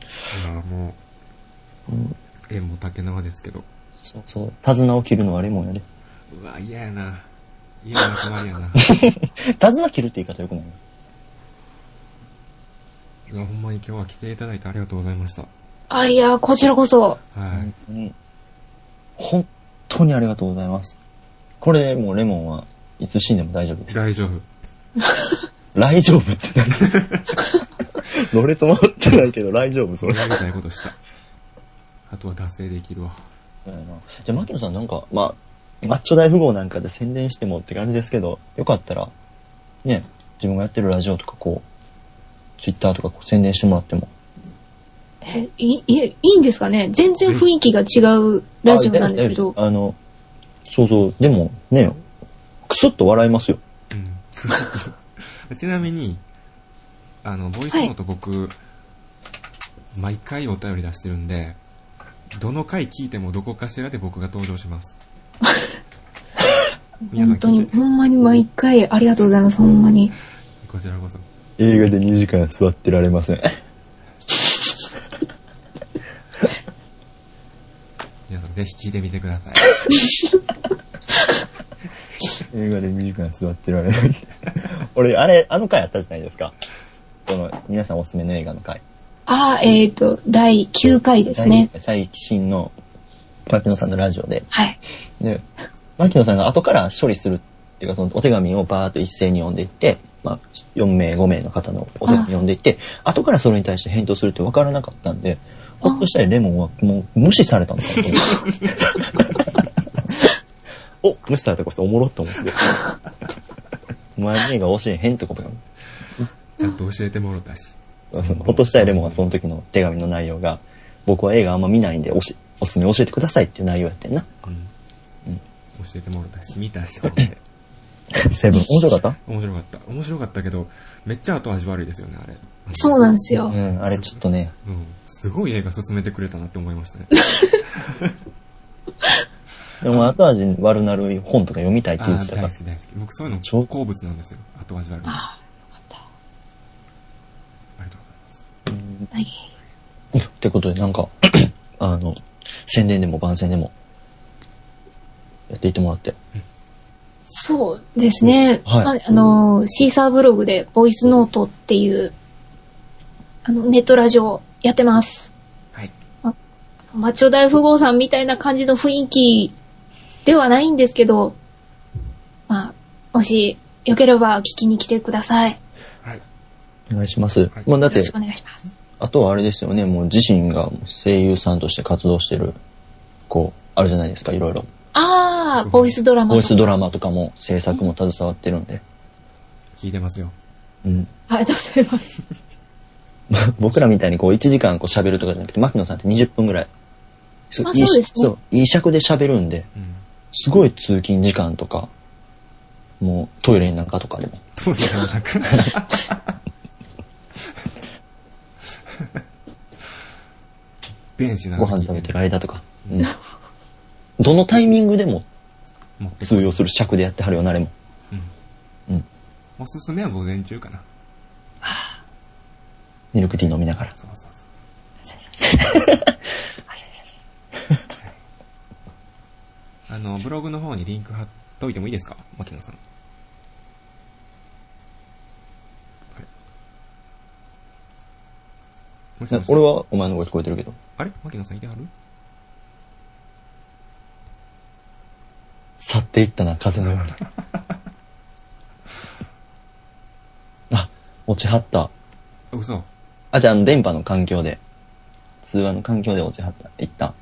Speaker 1: いやもう、縁も竹縄ですけど。
Speaker 2: そうそう。手綱を切るのはレモンやで。
Speaker 1: うわ、嫌やな。嫌な集まりや な。
Speaker 2: 手綱切るって言い方よくない
Speaker 1: いや、ほんまに今日は来ていただいてありがとうございました。
Speaker 3: あ、いやーこちらこそ。
Speaker 1: はい。
Speaker 2: 当に、本当にありがとうございます。これでもうレモンはいつ死んでも大 丈夫です。
Speaker 1: 大丈夫。
Speaker 2: 大丈夫って何乗れ止まってないけど大丈夫そ
Speaker 1: 俺
Speaker 2: れ。
Speaker 1: がやりたいことした。あとは達成できるわ。
Speaker 2: そうやなじゃあ、牧野さんなんか、まあ、マッチョ大富豪なんかで宣伝してもって感じですけど、よかったら、ね、自分がやってるラジオとかこう、ツイッターとかこう宣伝してもらっても。
Speaker 3: え、い、い、いいんですかね全然雰囲気が違うラジオなんですけど。
Speaker 2: あの、そうそう、でもね、クスッと笑いますよ。
Speaker 1: うん。ちなみに、あの、ボイスノート僕、毎回お便り出してるんで、どの回聞いてもどこかしらで僕が登場し ます。皆さん
Speaker 3: 本当
Speaker 1: 聞い
Speaker 3: に、
Speaker 1: て、
Speaker 3: ほんまに毎回ありがとうございます、ほんまに。
Speaker 1: こちらこそ。
Speaker 2: 映画で2時間座ってられません。
Speaker 1: 皆さんぜひ聞いてみてください。
Speaker 2: 映画で2時間座ってられない。 俺、あれ、あの回あったじゃないですか。その、皆さんおすすめの映画の回。
Speaker 3: あー、えっ、ー、と、第9回ですね。
Speaker 2: 最最新の、牧野さんのラジオで。
Speaker 3: はい。
Speaker 2: で、牧野さんが後から処理するっていうか、そのお手紙をバーっと一斉に読んでいって、まあ、4名、5名の方のお手紙読んでいって、後からそれに対して返答するって分からなかったんで、
Speaker 3: あ
Speaker 2: ほっとしたりレモンはもう無視されたのかなと思って。 お、無視されたこそおもろっと思って。お前の映画教えへんってことかも。
Speaker 1: ちゃんと教えてもろたし。
Speaker 2: ほっとしたいレモンはその時の手紙の内容が、僕は映画あんま見ないんでおし、おすすめ教えてくださいっていう内容やってんな。
Speaker 1: うん。
Speaker 2: うん
Speaker 1: 教えてもろたし、見たし、ほん で
Speaker 2: セブン。面白かった
Speaker 1: 面白かった。面白かったけど、めっちゃ後味悪いですよね、あれ。
Speaker 3: そうなんです
Speaker 2: う
Speaker 3: よ。
Speaker 2: ん、あれちょっとね、
Speaker 1: うん。すごい映画進めてくれたなって思いましたね。
Speaker 2: でも後味悪なる本とか読みたいって
Speaker 1: あ
Speaker 2: 言っ
Speaker 1: あ、
Speaker 2: てたか
Speaker 1: 大
Speaker 2: ら
Speaker 1: 好。き大好き。僕そういう
Speaker 2: ちょ
Speaker 1: の好物なんですよ。後味悪いの。あ
Speaker 3: ああ、よかっ
Speaker 1: りがとうございます。
Speaker 2: うん
Speaker 3: た。はい。
Speaker 2: ってことで、なんか、 あの、宣伝でも番宣でも、やっていってもらって。
Speaker 3: そうですね。
Speaker 2: はい
Speaker 3: まあ、あのー、シーサーブログで、ボイスノートっていう、あの、ネットラジオやってます。
Speaker 1: はい。
Speaker 3: マッチョ大富豪さんみたいな感じの雰囲気ではないんですけど、まあ、もし、よければ聞きに来てください。よ
Speaker 1: はい。
Speaker 2: お願いします。
Speaker 1: はい
Speaker 2: まあだっ
Speaker 3: ろ
Speaker 2: て
Speaker 3: しく、お願いします。
Speaker 2: あとはあれですよね、もう自身が声優さんとして活動してる、こう、あるじゃないですか、いろいろ。
Speaker 3: ああ、ボイスドラマ
Speaker 2: ボイス
Speaker 3: の。
Speaker 2: ドラマとかも制作も携わってるんで。
Speaker 1: 聞いてますよ。
Speaker 2: うん。
Speaker 3: ありがとうございます。
Speaker 2: まあ僕らみたいにこう1時間こう喋るとかじゃなくて、牧野さんって20分ぐらい。そ
Speaker 3: まあ
Speaker 2: いい
Speaker 3: そうですね
Speaker 2: そう、いい尺で喋るんで、
Speaker 1: うん。
Speaker 2: すごい通勤時間とか、もうトイレなんかとかでも。
Speaker 1: トイレの中。 便士な
Speaker 2: ご
Speaker 1: がら
Speaker 2: 飯
Speaker 1: 聞い
Speaker 2: 食べ
Speaker 1: て
Speaker 2: て
Speaker 1: る
Speaker 2: る間とか。うん。どのタイミングでも
Speaker 1: 持ってく
Speaker 2: 通
Speaker 1: る。
Speaker 2: 用する尺でやってはるよな、あれも。
Speaker 1: うん。
Speaker 2: うん
Speaker 1: おすすめは午前中かな。
Speaker 2: ミルクティー飲みながら。
Speaker 1: そうそうそう。あの、ブログの方にリンク貼っといてもいいですか牧野さん。あれもし
Speaker 2: な
Speaker 1: もし
Speaker 2: 俺はお前の声聞こえてるけど。
Speaker 1: あれ牧野さんいてはる
Speaker 2: 去っていったな、風のように。 あ、落ちはった。
Speaker 1: あ嘘。
Speaker 2: あ、じゃあ、あの、電波の環境で、通話の環境で落ちはった、一旦。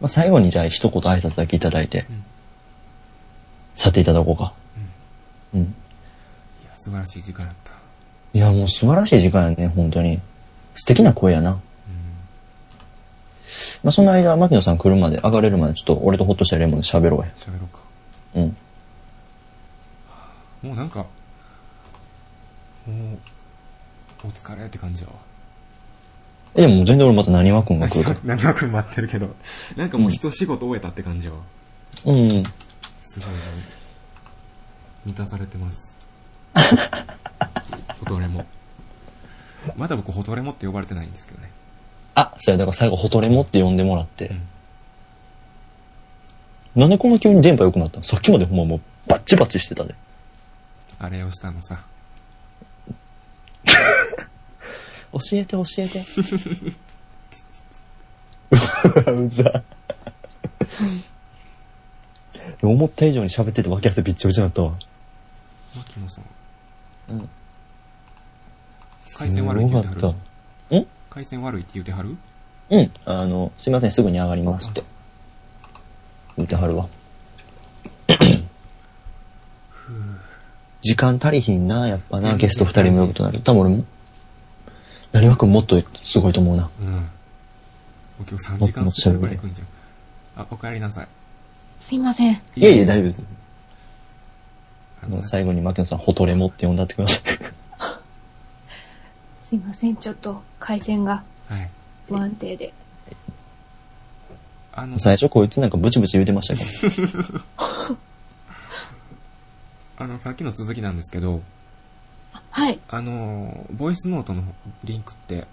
Speaker 2: まあ、最後にじゃあ一言挨拶だけいただいて、
Speaker 1: うん。
Speaker 2: 去っていただこうか。うん。
Speaker 1: いや、素晴らしい時間だった。
Speaker 2: いや、もう素晴らしい時間やね、本当に。素敵な声やな。
Speaker 1: うん。
Speaker 2: まあ、その間、牧野さん来るまで、上がれるまで、ちょっと俺とホッとしたレモンで喋ろう
Speaker 1: 喋ろうか。
Speaker 2: や。うん。
Speaker 1: もうなんか、もう、お疲れって感じだわ。
Speaker 2: え、でももう全然俺また何話くんが 来るから。
Speaker 1: 何となく待ってるけど、なんかもう一仕事終えたって感じやわ。
Speaker 2: うん。
Speaker 1: すごい、満たされて ます。ホトレモ。まだ僕、ホトレモって呼ばれてないんですけどね。
Speaker 2: あ、そうや、だから最後、ホトレモって呼んでもらって
Speaker 1: うん。
Speaker 2: なんでこんな急に電波良くなったのさっきまでほんまもう、バッチバチしてたで。
Speaker 1: あれをしたのさ。
Speaker 2: 教えて教えて。うわ うざ。思った以上に喋ってて脇汗びっちょびちょになったわ。
Speaker 1: 牧野さん、
Speaker 2: うん。
Speaker 1: 回線悪いって言って
Speaker 2: すご
Speaker 1: は
Speaker 2: か
Speaker 1: る
Speaker 2: っん
Speaker 1: 回線悪いって言ってはる
Speaker 2: た。うん。あの、すいません、すぐに上がりますって。言ってはるわ。時間足りひんな、やっぱな、ゲスト二人も呼ぶとなる。多分俺も、何わくんもっとすごいと思うな。
Speaker 1: うん。もう今日3時間スペシャルぐらい行くんじゃん。あ、お帰りなさい。
Speaker 3: すいません。
Speaker 2: いえいえ、大丈夫です。
Speaker 1: あ
Speaker 2: も
Speaker 1: の
Speaker 2: う最後に牧野さん、ホトレモって呼んだってください。
Speaker 3: すいません。ちょっと、回線が
Speaker 1: はい。
Speaker 3: 不安定で。
Speaker 1: あの、
Speaker 2: 最初こいつなんかブチブチ言うてましたけど。
Speaker 1: あの、さっきの続きなんですけど、
Speaker 3: はい。
Speaker 1: あの、ボイスノートのリンクって、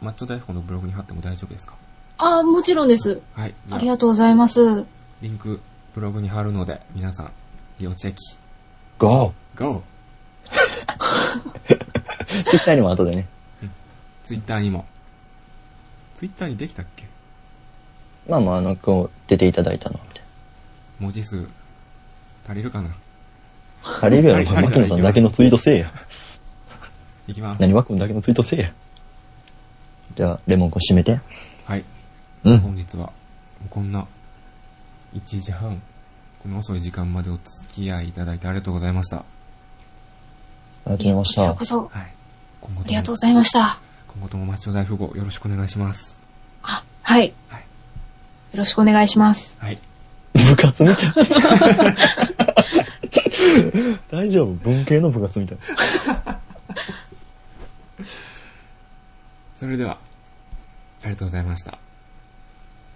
Speaker 1: マッチョ大福のブログに貼っても大丈夫ですか
Speaker 3: ああ、もちろんです。
Speaker 1: はい。じゃ
Speaker 3: あ
Speaker 1: あ
Speaker 3: り、がとうございます。
Speaker 1: リンク、ブログに貼るので、皆さん、要チェキ。
Speaker 2: GO!
Speaker 1: GO!
Speaker 2: ツイッターにも後でね。
Speaker 1: ツイッターにも。ツイッターにできたっけ
Speaker 2: まあまあ、あの、こう、出ていただいたの、みたい
Speaker 1: 文字数、足りるかな
Speaker 2: な。借りるやろ、
Speaker 1: 借り
Speaker 2: 牧
Speaker 1: たらいき
Speaker 2: 野
Speaker 1: ます
Speaker 2: さんだけのツイートせえや。
Speaker 1: いきます。
Speaker 2: 何枠のだけのツイートせえや。じゃあ、レモン君閉めて。
Speaker 1: はい。
Speaker 2: うん。
Speaker 1: 本日は、こんな、1時半、この遅い時間までお付き合いいただいてありがとうございました。
Speaker 2: ありがとうございまし
Speaker 3: こちら
Speaker 2: た
Speaker 3: こ。そ、
Speaker 1: はい。今後
Speaker 3: あ
Speaker 1: と
Speaker 3: りがとう
Speaker 1: も
Speaker 3: ご、ざいました。
Speaker 1: 今後ともマッチョ大富豪よろしくお願いします。
Speaker 3: あ、はい。よ
Speaker 1: はい
Speaker 3: ろしくお願いします。
Speaker 1: はい。
Speaker 2: 部活みた い。大丈夫文系の部活みたい。
Speaker 1: それでは、ありがとうございました。
Speaker 3: あ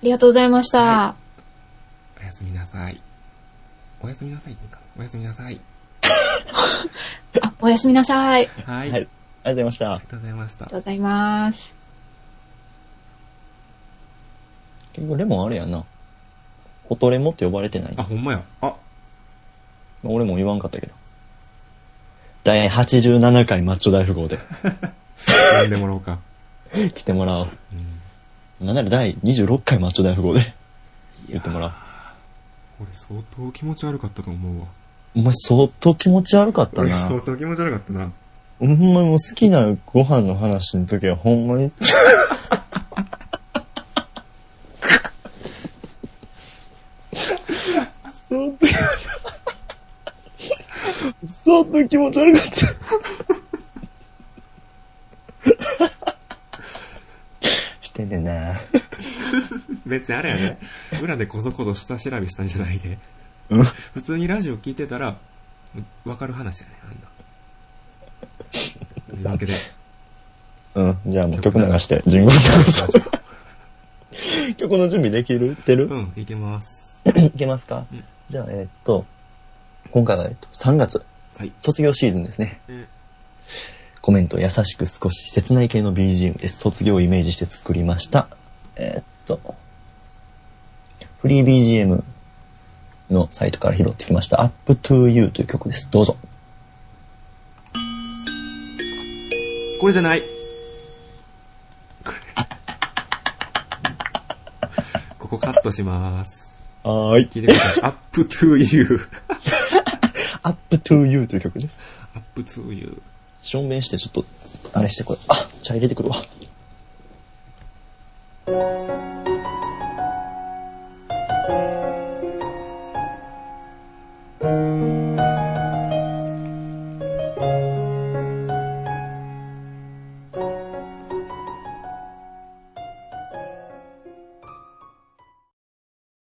Speaker 3: りがとうございました。
Speaker 1: やすみなさい。おやすみなさいっていいかなおやすみなさい。
Speaker 3: あ、おやすみなさい。あり
Speaker 1: はい。
Speaker 2: はいありがとうござい
Speaker 1: あ
Speaker 2: ました
Speaker 1: り。がとうございました
Speaker 3: がと。うございます。
Speaker 2: 結局レモンあれやな。ホトレモって呼ばれてない
Speaker 1: あ、。ほんまや。あ、
Speaker 2: まあ俺も言わんかったけど。第87回マッチョ大富豪で
Speaker 1: 読んでもらおうか。
Speaker 2: 来てもらお
Speaker 1: うん
Speaker 2: う。なんなら第26回マッチョ大富豪で言ってもらおう。
Speaker 1: 俺相当気持ち悪かったと思うわ。
Speaker 2: お前相当気持ち悪かった
Speaker 1: 俺
Speaker 2: な。
Speaker 1: 相当気持ち悪かったな。
Speaker 2: ほんまにもう好きなご飯の話の時はほんまに。相当気持ち悪かった。してんねんな。
Speaker 1: 別にあれやね。 裏でこそこそ下調べしたんじゃないで。
Speaker 2: うん
Speaker 1: 普通にラジオ聞いてたら、わかる話やね、あんな。というわ けで、
Speaker 2: うん。じゃあもう曲流して、ジングル流す。曲の準備できるてる、
Speaker 1: うん、いけます。
Speaker 2: いけますか、
Speaker 1: うん
Speaker 2: じゃあ、えーっと、今回は、えっと、3月、
Speaker 1: はい。
Speaker 2: 卒業シーズンですね。コメント、優しく少し切ない系の BGM です。卒業をイメージして作りました。えーっと、フリー BGM のサイトから拾ってきました、Up to You という曲です。どうぞ。
Speaker 1: これじゃない。これ。ここカットします。
Speaker 2: はーい。
Speaker 1: 聞いてくだ さい。アップ to you.
Speaker 2: Up to You という曲ね。
Speaker 1: アップ to you.
Speaker 2: 証明してちょっと、あれしてこれ。あ、茶入れてくるわ。